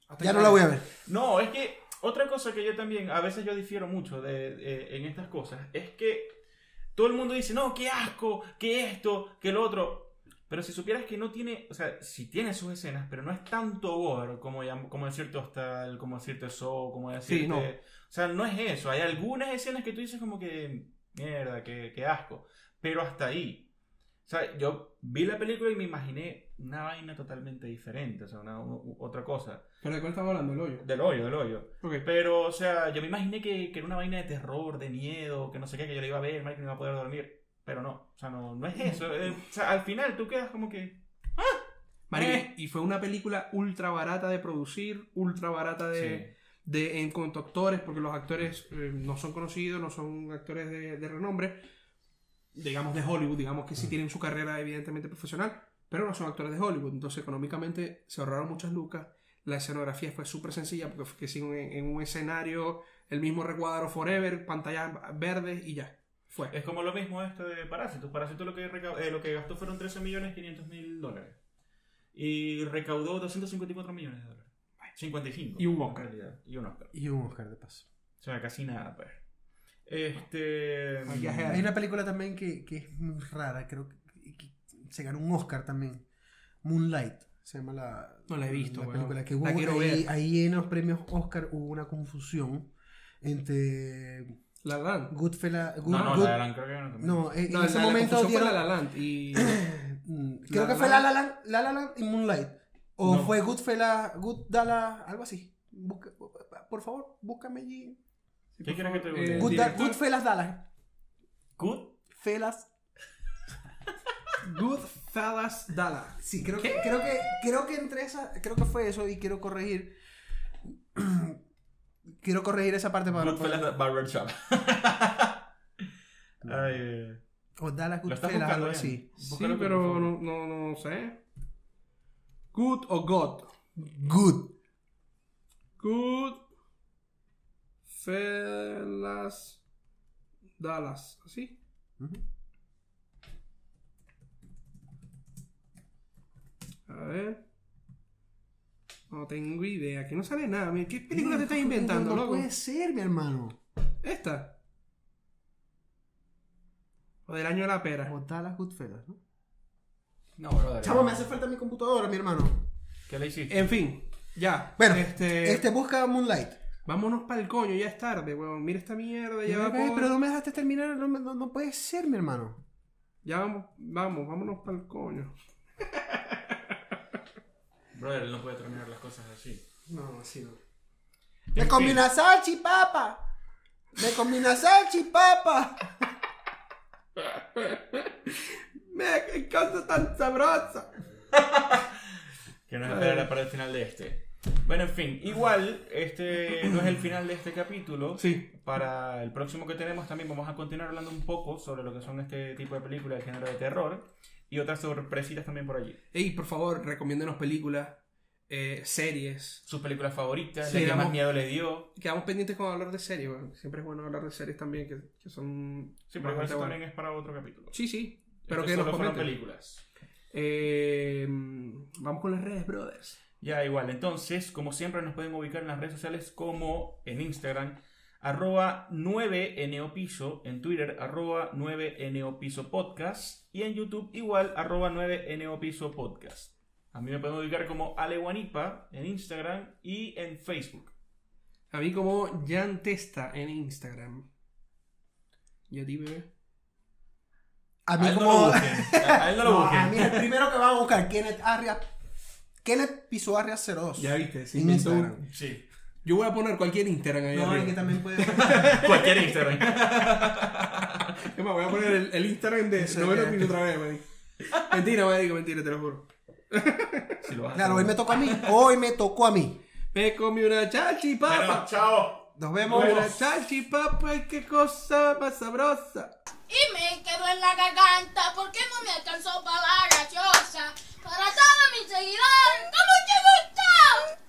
[SPEAKER 2] Hasta
[SPEAKER 3] Ya
[SPEAKER 2] que
[SPEAKER 3] no la voy a ver.
[SPEAKER 1] No, es que otra cosa que yo también, a veces yo difiero mucho de, de- en estas cosas, es que todo el mundo dice, no, qué asco, que esto, que lo otro. Pero si supieras que no tiene, o sea, si tiene sus escenas, pero no es tanto gore como, llam- como cierto hostal, como cierto show, como decirte.
[SPEAKER 2] Sí, no.
[SPEAKER 1] O sea, no es eso. Hay algunas escenas que tú dices como que, mierda, que, que asco. Pero hasta ahí. O sea, yo vi la película y me imaginé una vaina totalmente diferente, o sea, una, u- otra cosa.
[SPEAKER 2] ¿Pero de cuál estamos hablando? ¿El hoyo?
[SPEAKER 1] Del hoyo, del hoyo.
[SPEAKER 2] Ok.
[SPEAKER 1] Pero, o sea, yo me imaginé que, que era una vaina de terror, de miedo, que no sé qué, que yo le iba a ver, marico, que no iba a poder dormir. Pero no, o sea, no, no es eso. Eh, o sea, al final tú quedas como que...
[SPEAKER 2] Marico,
[SPEAKER 1] Eh.
[SPEAKER 2] y fue una película ultra barata de producir, ultra barata de...
[SPEAKER 1] eh,
[SPEAKER 2] de, en cuanto a actores, porque los actores eh, no son conocidos, no son actores de, de renombre, digamos de Hollywood, digamos que
[SPEAKER 1] Mm.
[SPEAKER 2] sí tienen su carrera evidentemente profesional, pero no son actores de Hollywood. Entonces económicamente se ahorraron muchas lucas, la escenografía fue súper sencilla, porque fue que sí, en, en un escenario, el mismo recuadro forever, pantallas verdes y ya. Fue.
[SPEAKER 1] Es como lo mismo esto de Parásitos. Parásitos lo que, reca- eh, lo que gastó fueron 13 millones 500 mil dólares. Y recaudó 254 millones de dólares. 55.
[SPEAKER 2] Y un
[SPEAKER 1] en
[SPEAKER 2] Oscar.
[SPEAKER 1] realidad. Y un Oscar.
[SPEAKER 3] Y un Oscar de paso.
[SPEAKER 1] O sea, casi nada, pues. Este...
[SPEAKER 2] Hay que hacer-
[SPEAKER 3] Hay una película también que, que es muy rara, creo que, que se ganó un Oscar también. Moonlight se llama la,
[SPEAKER 2] No la he visto, weón.
[SPEAKER 3] película que hubo
[SPEAKER 2] La quiero
[SPEAKER 3] ahí,
[SPEAKER 2] ver.
[SPEAKER 3] ahí en los premios Oscar hubo una confusión entre
[SPEAKER 2] La La Land.
[SPEAKER 3] Goodfella Good-
[SPEAKER 1] No, no,
[SPEAKER 3] Good-
[SPEAKER 1] la de Alan creo que no también.
[SPEAKER 3] no, eh, en,
[SPEAKER 2] No,
[SPEAKER 3] en ese
[SPEAKER 2] la- la
[SPEAKER 3] momento
[SPEAKER 2] confusión fue
[SPEAKER 3] dieron
[SPEAKER 2] La La Land y...
[SPEAKER 3] Mm, creo
[SPEAKER 2] La
[SPEAKER 3] que fue
[SPEAKER 2] La
[SPEAKER 3] La La Land, La La Land y Moonlight o
[SPEAKER 1] No.
[SPEAKER 3] fue Goodfella Goodala algo así. Busca- por favor, búscame allí.
[SPEAKER 1] ¿Qué quieres que te
[SPEAKER 2] Eh,
[SPEAKER 1] diga?
[SPEAKER 2] El
[SPEAKER 3] Good,
[SPEAKER 2] director-
[SPEAKER 3] Goodfellas Dallas.
[SPEAKER 1] Good.
[SPEAKER 3] Felas
[SPEAKER 2] Goodfellas Dallas.
[SPEAKER 3] Sí, creo que, creo que creo que entre esa, creo que fue eso y quiero corregir quiero corregir esa parte para
[SPEAKER 1] Good fue la de Barber Shop. Ay, eh.
[SPEAKER 3] o Dallas
[SPEAKER 1] ¿Lo estás
[SPEAKER 3] Goodfellas algo
[SPEAKER 1] buscando,
[SPEAKER 3] así.
[SPEAKER 1] Ian?
[SPEAKER 2] Sí,
[SPEAKER 1] Búscalo tú, por
[SPEAKER 2] pero
[SPEAKER 1] favor.
[SPEAKER 2] no, no, no sé. Good o God.
[SPEAKER 3] Good.
[SPEAKER 2] Good. Fellas. Dallas. ¿Así? A ver. No tengo idea. Que no sale nada. Mira, ¿Qué película te estás inventando,
[SPEAKER 3] No,
[SPEAKER 2] loco?
[SPEAKER 3] puede ser, mi hermano.
[SPEAKER 2] Esta. O del año de la pera.
[SPEAKER 3] O Dallas Goodfellas, ¿no?
[SPEAKER 1] No, brother.
[SPEAKER 3] Chavo, me hace falta mi computadora, mi hermano.
[SPEAKER 1] ¿Qué le hiciste?
[SPEAKER 2] En fin. Ya.
[SPEAKER 3] Bueno,
[SPEAKER 2] este.
[SPEAKER 3] Este busca Moonlight.
[SPEAKER 2] Vámonos para el coño. Ya es tarde, weón. Mira esta mierda. Ya va
[SPEAKER 3] Verga,
[SPEAKER 2] por-
[SPEAKER 3] Eh, Pero no me dejaste terminar, no, me- no- no puede ser, mi hermano.
[SPEAKER 2] Ya vamos, vamos, vámonos para el coño.
[SPEAKER 1] Brother, él no puede terminar las cosas así.
[SPEAKER 2] No, así no.
[SPEAKER 3] Me
[SPEAKER 1] En
[SPEAKER 3] comí
[SPEAKER 1] fin.
[SPEAKER 3] una salchipapa. Me comí una salchipapa.
[SPEAKER 2] Me, qué cosa tan sabrosa.
[SPEAKER 1] Que nos esperará para el final de este. Bueno, en fin, igual, este no es el final de este capítulo.
[SPEAKER 2] Sí.
[SPEAKER 1] Para el próximo que tenemos también vamos a continuar hablando un poco sobre lo que son este tipo de películas del género de terror y otras sorpresitas también por allí.
[SPEAKER 2] Ey, por favor, recomiéndenos películas, eh, series.
[SPEAKER 1] Sus películas favoritas,
[SPEAKER 2] Sí,
[SPEAKER 1] la que
[SPEAKER 2] vamos-
[SPEAKER 1] más miedo le dio.
[SPEAKER 2] Quedamos pendientes con hablar de series, weón. Siempre es bueno hablar de series también, que, que son...
[SPEAKER 1] Sí, pero
[SPEAKER 2] bastante
[SPEAKER 1] eso
[SPEAKER 2] buenas.
[SPEAKER 1] también es para otro capítulo.
[SPEAKER 2] Sí, sí. Pero
[SPEAKER 1] Estos
[SPEAKER 2] que nos
[SPEAKER 1] solo fueron
[SPEAKER 2] comenten.
[SPEAKER 1] películas.
[SPEAKER 2] Eh, mm, vamos con las redes, brothers.
[SPEAKER 1] Ya, igual. Entonces, como siempre, nos pueden ubicar en las redes sociales como en Instagram, arroba 9neopiso, en Twitter, arroba 9neopiso podcast, y en YouTube, igual, arroba 9neopiso podcast. A mí me pueden ubicar como Ale Guanipa en Instagram y en Facebook.
[SPEAKER 2] A mí como Jan Testa en Instagram. Y a ti, bebé.
[SPEAKER 3] A mí
[SPEAKER 1] A Ah, él no lo
[SPEAKER 3] como...
[SPEAKER 1] busquen. A a él no lo
[SPEAKER 3] No, a mí
[SPEAKER 1] busquen.
[SPEAKER 3] el primero que van a buscar, Kenneth Arria. Kenneth Piso Arria 02.
[SPEAKER 2] viste,
[SPEAKER 3] En Instagram.
[SPEAKER 1] Sí.
[SPEAKER 2] Yo voy a poner cualquier Instagram ahí
[SPEAKER 3] No,
[SPEAKER 2] arriba.
[SPEAKER 3] es que también puede.
[SPEAKER 1] Cualquier Instagram.
[SPEAKER 2] Es más, voy a poner el, el Instagram de
[SPEAKER 3] Sí,
[SPEAKER 2] Novelo
[SPEAKER 3] ya.
[SPEAKER 2] Pin otra vez, marico. Mentira, marico, mentira, te lo juro.
[SPEAKER 1] Si lo vas a
[SPEAKER 3] Claro, hoy
[SPEAKER 1] hacer.
[SPEAKER 3] me tocó a mí. Hoy me tocó a mí.
[SPEAKER 2] Me comí una
[SPEAKER 1] Bueno,
[SPEAKER 2] chachipapa.
[SPEAKER 1] chao.
[SPEAKER 3] Nos
[SPEAKER 2] papa
[SPEAKER 3] vemos.
[SPEAKER 2] una chachipapa, y qué cosa más sabrosa.
[SPEAKER 4] y me quedó en la garganta porque no me alcanzó para la gaseosa. Para todos mis seguidores, ¿cómo te gustó?